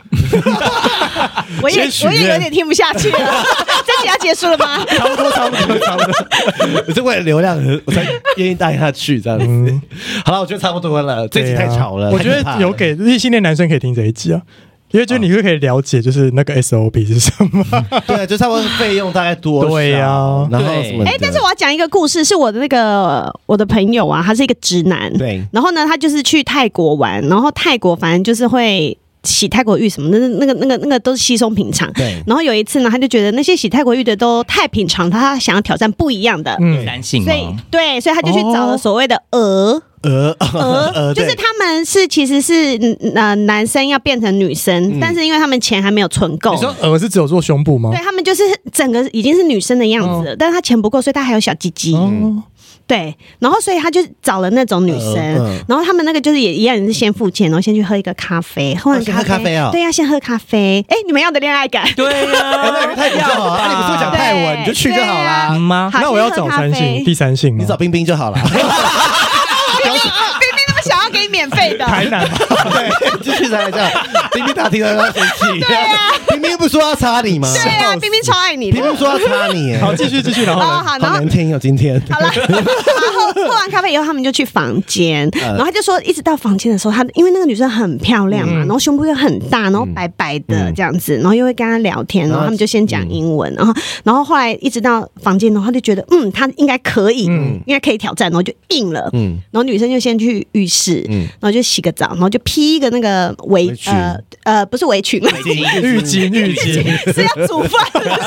Speaker 5: 我也
Speaker 3: 先许
Speaker 5: 我也有
Speaker 3: 愿
Speaker 5: 点听不下 去了，这集要结束了吗？
Speaker 4: 差不多差不多差不多， 我是为了流量而我才愿意带他去这样子
Speaker 3: 嗯。
Speaker 4: 好了，我觉得差不多了，这
Speaker 3: 对
Speaker 4: 集
Speaker 3: 啊
Speaker 4: 太吵了，
Speaker 3: 我觉
Speaker 4: 太可怕
Speaker 3: 得
Speaker 4: 了
Speaker 3: 有给异性恋男生可以听这一集啊，因为就是你会可以了解，就是那个 SOP 是什么。
Speaker 4: 对，啊就差不多费用大概多少，
Speaker 3: 对呀
Speaker 4: 然后什么的，
Speaker 5: 哎、但是我要讲一个故事，是我的那个我的朋友啊，他是一个直男，
Speaker 4: 对
Speaker 5: 然后呢，他就是去泰国玩，然后泰国反正就是会。洗泰国浴什么的，那那个那个那个都是稀松平常。
Speaker 4: 对
Speaker 5: 然后有一次呢，他就觉得那些洗泰国浴的都太平常，他想要挑战不一样的。
Speaker 3: 嗯，哦
Speaker 1: 男性
Speaker 5: 所以
Speaker 1: 吗？
Speaker 5: 对，所以他就去找了所谓的鹅
Speaker 4: 呃
Speaker 5: 鹅，就是他们是其实是嗯呃男生要变成女
Speaker 4: 嗯
Speaker 5: 生，但是因为他们钱还没有存够
Speaker 3: 你，
Speaker 4: 哦
Speaker 3: 说鹅是只有做胸部吗
Speaker 5: 对？他们就是整个已经是女生的样
Speaker 4: 哦
Speaker 5: 子了，但是他钱不够，所以他还有小鸡鸡。
Speaker 3: 哦，
Speaker 5: 对，然后所以他就找了那种女生，
Speaker 4: 嗯嗯
Speaker 5: 然后他们那个就是也一样，也是先付钱，然后先去喝一个咖啡，喝完
Speaker 4: 哦先喝咖啡哦
Speaker 5: 对呀、先喝咖啡。哎，你们要的恋爱感，
Speaker 1: 对
Speaker 4: 哎
Speaker 1: 呀，
Speaker 4: 那 个泰国就 好啊，你不是讲泰文，
Speaker 5: 对
Speaker 4: 你就去就好啦。
Speaker 5: 对啊
Speaker 1: 吗？
Speaker 5: 好
Speaker 3: 那我要
Speaker 5: 先喝
Speaker 3: 找
Speaker 5: 咖
Speaker 3: 三
Speaker 5: 啡
Speaker 3: 性，第三性吗啊
Speaker 4: 你找冰冰就 好了，
Speaker 5: 冰冰那么想要给你免费的，
Speaker 3: 台南吧，
Speaker 4: 对，就去才 这样。冰冰打听了他生气，冰冰不说要插你吗？
Speaker 5: 对呀、冰冰超爱你的
Speaker 4: 冰。冰说要插你，哎
Speaker 3: 好，继续继续，然后
Speaker 5: 哦，
Speaker 3: 呢？
Speaker 5: 好，
Speaker 4: 好
Speaker 5: 然后
Speaker 4: 难听哦，今天
Speaker 5: 好了，然后喝完咖啡以后，他们就去房间，
Speaker 4: 嗯
Speaker 5: 然后他就说，一直到房间的时候，他因为那个女生很漂亮
Speaker 4: 嗯
Speaker 5: 嘛，然后胸部又很大，然后白白的这样子，然后又会跟他聊天，然后他们就先
Speaker 4: 嗯
Speaker 5: 讲英文，然后然后后来一直到房间，然后他就觉得，嗯，他应该可以，应该可以挑战，然后就硬了，
Speaker 4: 嗯
Speaker 5: 然后女生就先去浴室，
Speaker 4: 嗯
Speaker 5: 然后就洗个澡，然后就披一个那个围
Speaker 4: 围裙
Speaker 5: 呃呃不是围裙，
Speaker 3: 浴 巾浴巾，
Speaker 5: 是要煮饭的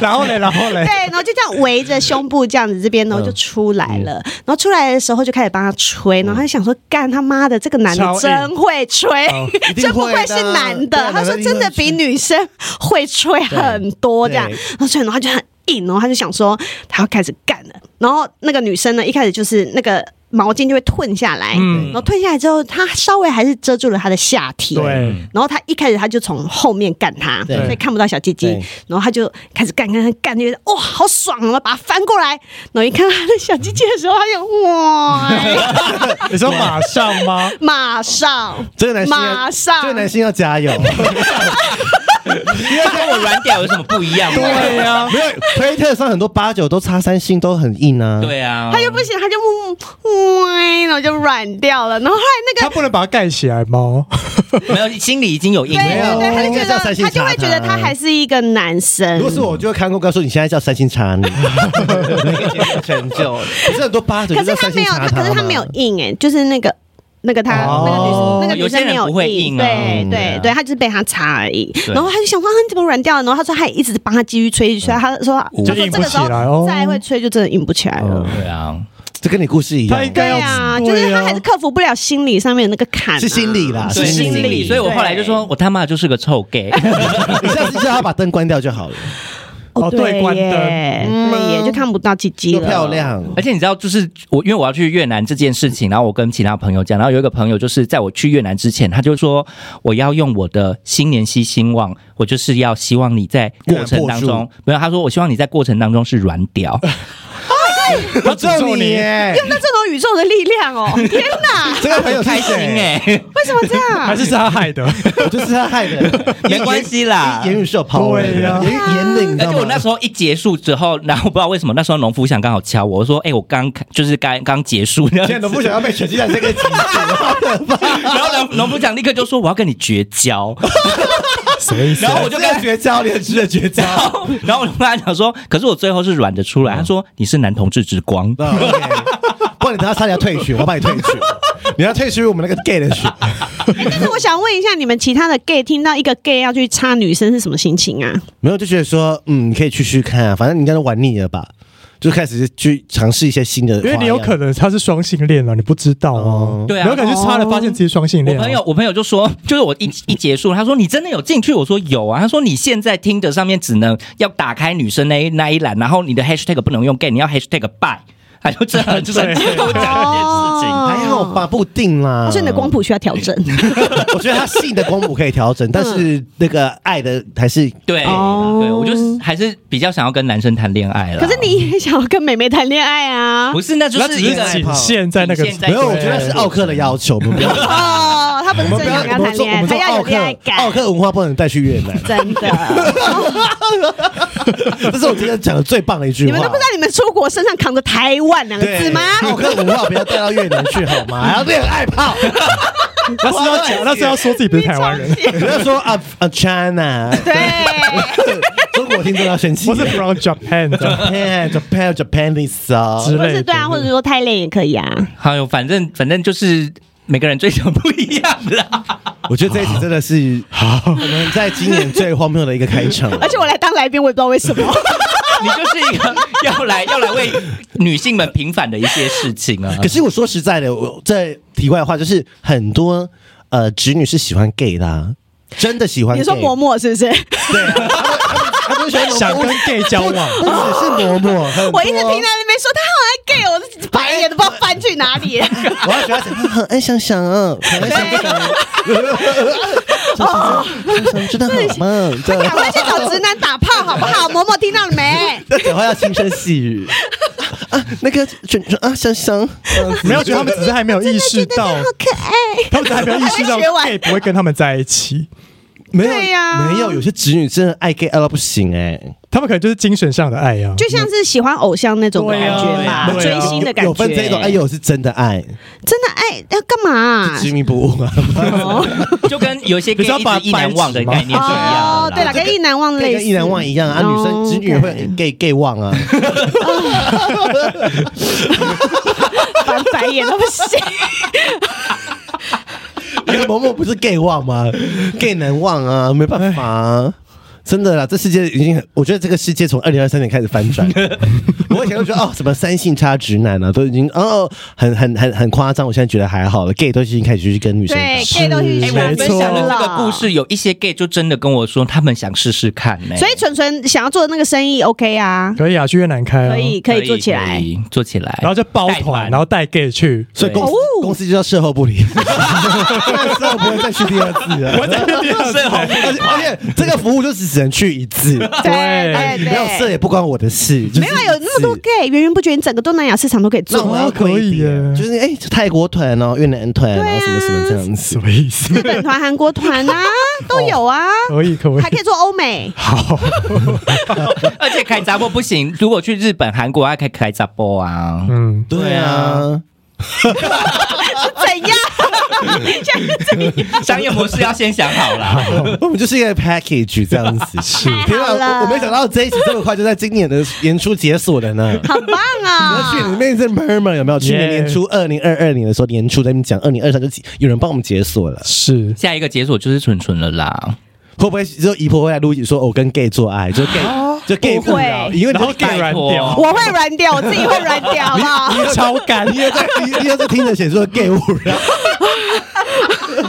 Speaker 3: 然后嘞然后 嘞，
Speaker 5: 对，然后就这样围着胸部这样子这边，
Speaker 4: 嗯
Speaker 5: 然后就出来了。然后出来的时候就开始帮他吹，
Speaker 4: 嗯
Speaker 5: 然后他就想说：“干他妈的，这个男的
Speaker 3: 超硬
Speaker 5: 真会吹
Speaker 3: 哦，
Speaker 4: 一定
Speaker 5: 真不
Speaker 4: 会
Speaker 5: 愧是
Speaker 4: 的啊
Speaker 5: 男
Speaker 4: 对啊
Speaker 5: 的。”他
Speaker 4: 男
Speaker 5: 说
Speaker 4: 的：“一定
Speaker 5: 真的
Speaker 4: 会
Speaker 5: 比
Speaker 4: 吹
Speaker 5: 女生会吹很多。”这样，
Speaker 4: 对
Speaker 5: 然后吹，然后他就很硬，然后他就想说他要开始干了。然后那个女生呢，一开始就是那个毛巾就会褪下来，
Speaker 4: 嗯
Speaker 5: 然后褪下来之后，他稍微还是遮住了他的下体。
Speaker 3: 对，
Speaker 5: 然后他一开始他就从后面干他，
Speaker 4: 对
Speaker 5: 所以看不到小鸡鸡
Speaker 4: 对，
Speaker 5: 然后他就开始干干干干，就觉得哇好爽哦，然后把它翻过来，然后一看他的小鸡鸡的时候，他就哇， 哎
Speaker 3: 你说马上吗？
Speaker 5: 马上
Speaker 4: 这个男性要
Speaker 5: 马上
Speaker 4: 这个男性要加油。
Speaker 1: 因为跟我软屌有什么不一样吗？
Speaker 3: 对呀，
Speaker 4: 没有推特上很多八九都插三星都很硬啊。
Speaker 1: 对啊，
Speaker 5: 他就不行，他就嗯，然后就软掉了，然后后来那
Speaker 3: 他
Speaker 5: 个。
Speaker 3: 不能把它盖起来吗？
Speaker 1: 没有心里已经有阴
Speaker 5: 对
Speaker 1: 影了。
Speaker 5: 对对，他就
Speaker 4: 应
Speaker 5: 觉
Speaker 4: 该
Speaker 5: 得
Speaker 4: 叫三星
Speaker 5: 他就会
Speaker 4: 查
Speaker 5: 觉得
Speaker 4: 他
Speaker 5: 他还是一个男生
Speaker 4: 如，果是我，我就会看过告诉你，现在叫三星 插你，成就。不是很多八九
Speaker 5: 可
Speaker 4: 就是叫
Speaker 5: 他
Speaker 4: 三星
Speaker 5: 没有，
Speaker 4: 插
Speaker 5: 可是他
Speaker 4: 吗
Speaker 5: 没有硬哎，就是那个那个他
Speaker 3: 哦
Speaker 5: 那个女生那个女
Speaker 1: 有些
Speaker 5: 生
Speaker 1: 人
Speaker 5: 没
Speaker 1: 不
Speaker 5: 有
Speaker 1: 会
Speaker 5: 硬，
Speaker 1: 硬啊
Speaker 5: 对
Speaker 1: 嗯对
Speaker 5: 对
Speaker 1: 啊
Speaker 5: 对，他就是被他插而已。
Speaker 1: 对
Speaker 5: 然后他就想说啊你怎么软掉了？然后他说他也一直帮他继续吹，继续吹。他说他说
Speaker 3: 硬
Speaker 5: 这
Speaker 3: 不
Speaker 5: 个时
Speaker 3: 起来哦
Speaker 5: 候再会吹就真的硬不起来了。
Speaker 1: 对啊，
Speaker 4: 这跟你故事一样
Speaker 3: 他。应该
Speaker 5: 对
Speaker 3: 要
Speaker 5: 啊，
Speaker 3: 对啊
Speaker 5: 就是他还是克服不了心理上面的那个坎啊，
Speaker 4: 是心理啦，
Speaker 1: 嗯对
Speaker 4: 是
Speaker 5: 是
Speaker 4: 心
Speaker 5: 心
Speaker 4: 理
Speaker 5: 理。
Speaker 1: 所以我后来就说我他妈就是个臭 gay。
Speaker 4: 你下次叫他把灯关掉就好了，
Speaker 3: 哦对
Speaker 5: 耶
Speaker 3: 关灯
Speaker 5: 对耶，就看不到鸡鸡
Speaker 4: 又
Speaker 5: 了。
Speaker 4: 漂亮。
Speaker 1: 而且你知道，就是我因为我要去越南这件事情，然后我跟其他朋友讲，然后有一个朋友就是在我去越南之前，他就说我要用我的新年新希望，我就是要希望你在过程当
Speaker 4: 越南
Speaker 1: 中，没有他说我希望你在过程当中是软屌，
Speaker 4: 我诅咒你耶！
Speaker 5: 那这种宇宙的力量哦，天哪，
Speaker 4: 这个朋友
Speaker 1: 开
Speaker 4: 是
Speaker 1: 心
Speaker 4: 谁？
Speaker 1: 哎、
Speaker 5: 为什么这样？
Speaker 3: 还是是他害的？
Speaker 4: 我就是他害的，
Speaker 1: 没关系啦
Speaker 4: 言。言语是有 power 的，
Speaker 3: 对呀
Speaker 4: 言言领，你
Speaker 1: 而
Speaker 4: 知道
Speaker 1: 且我那
Speaker 4: 吗？
Speaker 1: 时候一结束之后，然后不知道为什么那时候农夫想刚好敲我，我说：“哎、我刚就是刚刚结束。”这样
Speaker 4: 现 在都不想要被选进来这个集组，
Speaker 1: 然后农农夫长立刻就说：“我要跟你绝交。
Speaker 3: 什么意”思
Speaker 1: 然？后我就跟他
Speaker 4: 绝交，连吃的绝交。
Speaker 1: 然后，然后我就跟他讲说，可是我最后是软的出来。他说你是男同志之光，
Speaker 4: 那 OK 不然你等他差点要退学，我要把你退学。你要退学我们那个 gay 的学，
Speaker 5: 但是我想问一下，你们其他的 gay 听到一个 gay 要去插女生是什么心情啊？
Speaker 4: 没有就觉得说，嗯，你可以去去看啊，反正你应该都玩腻了吧，就开始去尝试一些新的花
Speaker 3: 因
Speaker 4: 样，
Speaker 3: 为你有可能他是双性恋啊，你不知道哦。
Speaker 1: 对啊
Speaker 3: 有可能去插了发现自己是双性
Speaker 1: 我
Speaker 4: 哦
Speaker 3: 恋啊。
Speaker 1: 朋友，我朋友就说，就是我一一结束，他说你真的有进去？我说有啊。他说你现在听的上面只能要打开女生那一那一栏，然后你的 hashtag 不能用 gay，你要 hashtag by。他就这样， 就是跟我讲这件事情。
Speaker 5: 哦
Speaker 4: 还好吧，不定啦。
Speaker 5: 所以你的光谱需要调整。
Speaker 4: 我觉得 他性的光谱可以调整，但是
Speaker 5: 嗯
Speaker 4: 那个爱的还是
Speaker 1: 对，
Speaker 5: 哦
Speaker 1: 对我就是还是比较想要跟男生谈恋爱了。
Speaker 4: 啊
Speaker 5: 可是你也想要跟妹妹谈恋爱啊？
Speaker 1: 不是，那就
Speaker 3: 那
Speaker 1: 是
Speaker 3: 只
Speaker 1: 一
Speaker 3: 是
Speaker 1: 个
Speaker 3: 仅限在那个
Speaker 1: 仅限在
Speaker 4: 没有，我觉
Speaker 3: 对
Speaker 4: 得是奥克的要求，我们不 要，我
Speaker 5: 哦，他不是
Speaker 4: 们
Speaker 5: 真
Speaker 4: 不
Speaker 5: 的
Speaker 4: 要，
Speaker 5: 想要
Speaker 4: 我们
Speaker 5: 谈
Speaker 4: 说我
Speaker 5: 恋爱，
Speaker 4: 们
Speaker 5: 他
Speaker 4: 说
Speaker 5: 要
Speaker 4: 奥
Speaker 5: 有恋爱
Speaker 4: 克奥
Speaker 5: 感，
Speaker 4: 克文化不能带去越南，
Speaker 5: 真的。
Speaker 4: 这是我今天讲的最棒的一句话。
Speaker 5: 你们都不知道你们出国身上扛着台湾两个
Speaker 4: 对
Speaker 5: 字吗？
Speaker 4: 奥克文化不要带到越南去好吗？还要恋爱 炮，
Speaker 3: 那是要讲，那是要说自己不是台湾人，
Speaker 4: 不要说啊啊 China，
Speaker 5: 对，
Speaker 4: 中国听众要生气
Speaker 3: 我。是 from Japan 的
Speaker 4: Japan Japan Japanese 啊，
Speaker 3: 之
Speaker 5: 哦或
Speaker 3: 类的。
Speaker 5: 是 对啊，或者说太累也可以啊。
Speaker 1: 好，反正反正就是每个人追求不一样 啦。
Speaker 4: 我觉得这一集真的是好，我们在今年最荒谬的一个开场。
Speaker 5: 而且我来当来宾，我也不知道为 什么。
Speaker 1: 你就是一个要来要来为女性们平反的一些事情啊。
Speaker 4: 可是我说实在的，我在题外话，就是很多呃侄女是喜欢 gay 的、啊，真的喜欢 gay。
Speaker 5: 你说嬷嬷是不是？
Speaker 4: 对啊， 他们喜欢
Speaker 2: 想跟 gay 交往，
Speaker 4: 不只是嬷嬷，很
Speaker 5: 我一直听
Speaker 4: 多哎
Speaker 5: 到那边说他好爱 gay，我的白眼都不知道翻去哪 里。
Speaker 4: 我要喜欢他很爱想想 啊，很爱想想啊，想想想真的好棒，对，
Speaker 5: 赶快去找直男打炮好不 好？嬷嬷听到了没？
Speaker 4: 要讲话要轻声细语 啊，那个准准啊，想想，
Speaker 3: 没有，觉得他们只是还没有意识到，
Speaker 5: 可爱。
Speaker 3: 他们只是还没有意识到
Speaker 5: 还没学完
Speaker 3: gay 不会跟他们在一起，
Speaker 4: 没有
Speaker 5: 对呀
Speaker 4: 没有，有些侄女真的爱 gay 爱到不行哎，
Speaker 3: 他们可能就是精神上的爱啊。
Speaker 5: 就像是喜欢偶像那种的感觉
Speaker 3: 对
Speaker 5: 吧
Speaker 3: 啊，对啊
Speaker 5: 追星的感觉。
Speaker 4: 有分这种，哎呦是真的爱，
Speaker 5: 真的爱要干嘛哦啊？
Speaker 4: 执迷不悟啊，
Speaker 1: 就跟有一些 gay
Speaker 3: 你知道
Speaker 1: 一
Speaker 3: 把
Speaker 1: 直一难忘的概念是一样的啦。
Speaker 5: 哦，对了，跟意难忘类
Speaker 4: 啊跟
Speaker 5: 似，
Speaker 4: 一男忘一样啊，女生侄女也会 gay gay 忘 啊，
Speaker 5: 翻 白眼都不行。
Speaker 4: 某某不是 gay 忘吗？gay 难忘啊，没办法、啊。真的啦，这世界已经很，我觉得这个世界从二零二三年开始 翻转。我以前都觉得哦，什么三性差直男啊，都已经哦，很很很很夸张。我现在觉得还好了，gay 都已经开始去跟女生
Speaker 5: 对
Speaker 4: 搞
Speaker 5: ，gay 都去
Speaker 1: 哎，
Speaker 3: 是没
Speaker 1: 我
Speaker 5: 选
Speaker 1: 分
Speaker 3: 错
Speaker 1: 享了
Speaker 5: 了
Speaker 1: 这个故。事，有一些 gay 就真的跟我说，他们想试试看呢、
Speaker 5: 所以纯纯想要做的那个生意，OK 啊，
Speaker 3: 可以啊，去越南开啊，
Speaker 5: 可以可以做起来
Speaker 1: 可。以做起来，
Speaker 3: 然后就包
Speaker 1: 带团
Speaker 3: 团，然后带 gay 去。
Speaker 4: 所以公司、
Speaker 5: 哦
Speaker 4: 公司就叫售后 不理，售后不会再去第二次了。
Speaker 1: 售后
Speaker 4: 而且而且这个服务就只只能去一次，
Speaker 5: 对
Speaker 3: 对
Speaker 5: 对
Speaker 4: 没有
Speaker 5: 对，
Speaker 4: 色也哎不关我的事。就是
Speaker 5: 没有啊有那么多
Speaker 4: 一次
Speaker 5: gay，源源不绝，你整个东南亚市场都可以
Speaker 4: 那我
Speaker 5: 做
Speaker 4: 们。要
Speaker 3: 可以
Speaker 4: 贵一点
Speaker 5: 啊
Speaker 3: 耶
Speaker 4: 就是哎、泰国团哦，越南团，然后什么什么这样
Speaker 3: 什
Speaker 4: 子。啊
Speaker 3: 么意思？
Speaker 5: 日本团、韩国 团啊，都有啊，
Speaker 4: 哦
Speaker 3: 可以，可以
Speaker 5: 还，可以做欧美。
Speaker 3: 好，
Speaker 1: 而且开杂播不行，如果去日本、韩国，还可以开杂播 啊。
Speaker 3: 嗯，
Speaker 4: 对啊，
Speaker 5: 怎 样？
Speaker 1: 商业模式要先想好啦。
Speaker 4: 我们就是一个 package 这样子。 是，天
Speaker 5: 好了
Speaker 4: 啊，我我没想到这一集这么快就在今年的演出解锁了呢。
Speaker 5: 好棒
Speaker 4: 那 去
Speaker 5: 啊！
Speaker 4: 年那阵 murmur 有没有？去年
Speaker 3: Yeah
Speaker 4: 年初二零二二年的时候，年初在那边讲，二零二三就解有人帮我们解锁了。
Speaker 3: 是
Speaker 1: 下一个解锁就是纯纯了啦。
Speaker 4: 会不会就姨婆会来录一集说，我哦跟 gay 做爱，就 gay 就 gay
Speaker 5: 不会
Speaker 4: 困扰因为你
Speaker 3: 然后 gay 软掉，
Speaker 5: 我会软掉，我自己会软掉，好不好？
Speaker 4: 超干，你又在你你又在听着写说 gay 勿扰，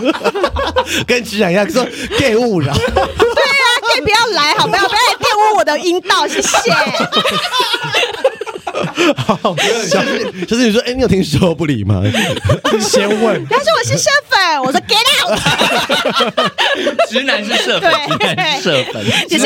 Speaker 4: 跟直男一样说 gay 勿扰。
Speaker 5: 对啊，gay 不要来，好不好？不要来玷污我的阴道，谢谢。
Speaker 4: 就是就是你说，哎、你有听说不理吗？
Speaker 3: 先问，
Speaker 5: 他说我是社粉，我说 get out，
Speaker 1: 直男是社粉，
Speaker 5: 对
Speaker 1: 直男是社粉。
Speaker 5: 你是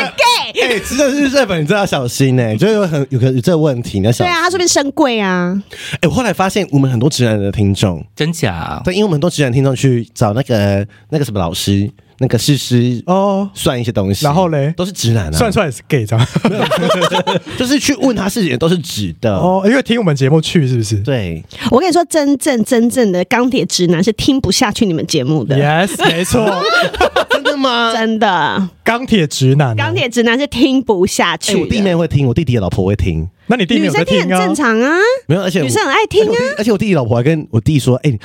Speaker 5: gay。
Speaker 4: 哎、真的是日本，你真的要小心呢、就有很有个有这个问题，你要小
Speaker 5: 对
Speaker 4: 心。
Speaker 5: 啊，他说不定深贵啊，
Speaker 4: 哎、我后来发现我们很多直男的听众，
Speaker 1: 真假？
Speaker 4: 对，因为我们很多直男听众去找那个那个什么老师，那个师师
Speaker 3: 哦
Speaker 4: 算一些东西，
Speaker 3: 然后嘞
Speaker 4: 都是直男啊，
Speaker 3: 算出来是 gay 这样。
Speaker 4: 就是去问他事情的都是直的。哦
Speaker 3: 哦，因为听我们节目去是不是
Speaker 4: 对，
Speaker 5: 我跟你说，真正真正的钢铁直男是听不下去你们节目的，
Speaker 3: ？Yes，没错，
Speaker 4: 真的吗？
Speaker 5: 真的，
Speaker 3: 钢铁直男啊，
Speaker 5: 钢铁直男是听不下去
Speaker 4: 哎、
Speaker 5: 的。
Speaker 4: 我弟妹会听，我弟弟的老婆会听，
Speaker 3: 那你弟妹
Speaker 5: 女
Speaker 3: 有在
Speaker 5: 生听很
Speaker 3: 听啊
Speaker 5: 正？常啊，
Speaker 4: 没有，而且我
Speaker 5: 女生很爱听啊。
Speaker 4: 而且我弟弟老婆还跟我弟说：“哎、你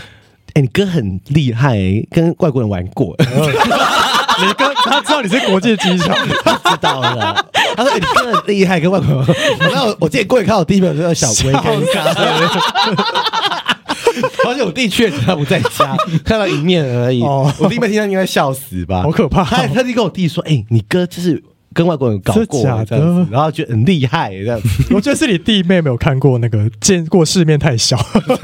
Speaker 4: 哎、你哥很厉害、跟外国人玩过，
Speaker 3: 你跟他知道你是国际机场，
Speaker 4: 知道了啦。”他说：“哎、你哥很厉害，跟外国人玩过。”然后我我之前过去看我弟妹，我就说小龟尴尬。而且我弟确实他不在家，看到一面而已。
Speaker 3: 哦
Speaker 4: 我弟妹听到应该笑死吧？
Speaker 3: 好可怕哦
Speaker 4: 他还特地跟我弟说：“哎、你哥就是跟外国人搞过
Speaker 3: 真假的
Speaker 4: 这样子，然后觉得很厉害这样子。”
Speaker 3: 我觉得是你弟妹没有看过那个，见过世面太小，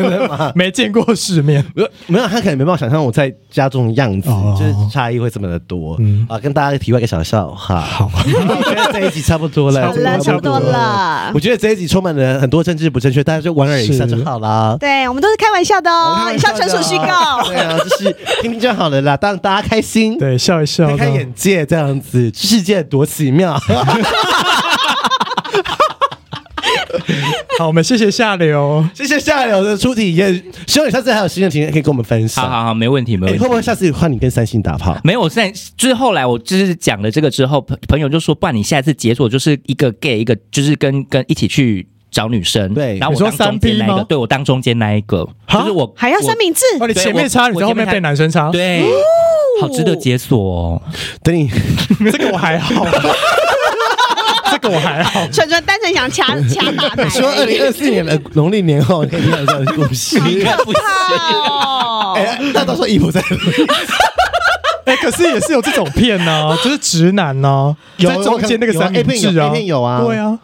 Speaker 3: 没见过世面。
Speaker 4: 没有没有，他可能没办法想象我在家中的样子，
Speaker 3: 哦
Speaker 4: 就是差异会这么的多、
Speaker 3: 嗯
Speaker 4: 啊！跟大家提外一个小笑话， 好，我觉得这一集差不多了，
Speaker 3: 好
Speaker 5: 好了，差不多。了
Speaker 4: 我。觉得这一集充满了很多政治不正确，大家就莞尔一笑
Speaker 3: 是
Speaker 4: 就好啦。
Speaker 5: 对，我们都是开玩笑的哦，以上纯属虚构。
Speaker 4: 啊对啊，就是听听就好了啦，让大家开心，
Speaker 3: 对，笑一笑
Speaker 4: 开开
Speaker 3: 这样
Speaker 4: 眼界，这样子，世界多奇妙。
Speaker 3: 好，我们谢谢下流。
Speaker 4: 谢谢下流的出题也希望你下次还有新的体验可以跟我们分享。
Speaker 1: 好好好，没问题，没
Speaker 4: 哎
Speaker 1: 问题
Speaker 4: 会。不会下次换你跟三星打炮？
Speaker 1: 没有，我现在就是后来我就是讲了这个之后，朋朋友就说，不然你下一次解锁就是一个 gay，一个就是跟跟一起去找女生，
Speaker 4: 对
Speaker 1: 然后我
Speaker 3: 你说
Speaker 1: 当中间
Speaker 3: 3P
Speaker 1: 那一个，
Speaker 3: 吗
Speaker 1: 对我当中间那一个，就是我
Speaker 5: 还要
Speaker 1: 我
Speaker 5: 三哦明治，
Speaker 3: 哦，你前面插，你在后面被男生插，
Speaker 1: 对，好值得解锁哦。
Speaker 4: 等你。
Speaker 3: 这个我还 好，这个我还好。
Speaker 5: 纯纯单纯想掐掐大奶
Speaker 4: 说二零二四年的农历年后，可以讲这样的故事。
Speaker 1: 不是，
Speaker 5: 哦，
Speaker 4: 哎， 那到时候衣服在
Speaker 3: 哎，可是也是有这种片呢，就是直男呢，在中间那个三明治啊
Speaker 4: A 片有啊，
Speaker 3: 对啊，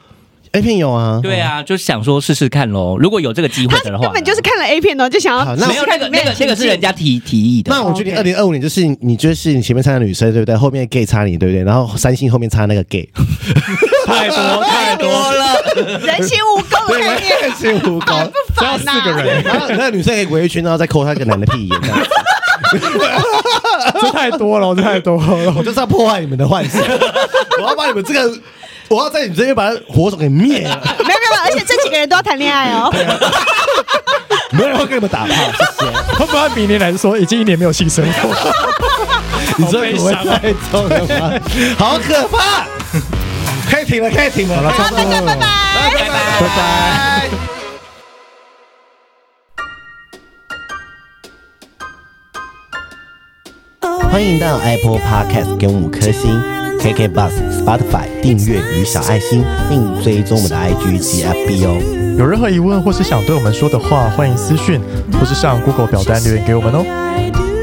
Speaker 4: ，A 片有啊，
Speaker 1: 对啊，就想说试试看喽。如果有这个机会
Speaker 5: 他
Speaker 1: 的话，
Speaker 5: 根本就是看了 A 片哦，就想
Speaker 4: 好
Speaker 5: 要
Speaker 4: 那
Speaker 1: 没有那个那个那个是人家提提议的。
Speaker 4: 那我觉得二
Speaker 5: OK
Speaker 4: 零二五年就是你就是你前面插的女生对不对？后面 gay 插你对不对？然后三星后面插那个 gay，
Speaker 3: 太多太多
Speaker 1: 了，
Speaker 5: 人形蜈蚣的概念，
Speaker 4: 是无高，
Speaker 5: 不烦啊呐、
Speaker 3: 个人，
Speaker 4: 然后那个女生可以围一圈，然后再抠她一个男的屁眼，这样子
Speaker 3: 这太多 了，这太多
Speaker 4: 我
Speaker 3: 了。
Speaker 4: 就是要破坏你们的幻 想，我要把你们这个，我要在你们这边把火种给灭了，
Speaker 5: 没有没有，没有而且这几个人都要谈恋爱哦。
Speaker 4: 没有人会跟你们打炮，谢谢。
Speaker 3: 他不然明年来说，已经一年没有性生活，
Speaker 4: 你这不会太重了吗？好可怕！可以停了，可以停了。好了，
Speaker 5: 好，大家拜拜。
Speaker 1: 拜拜。
Speaker 4: 拜拜。 欢迎到 Apple Podcast 给我们五颗星，KK Bus、Spotify 订阅与小爱心，并追踪我们的 IG 及 FB 哦。
Speaker 3: 有任何疑问或是想对我们说的话，欢迎私讯或是上 Google 表单留言给我们哦。
Speaker 6: I do.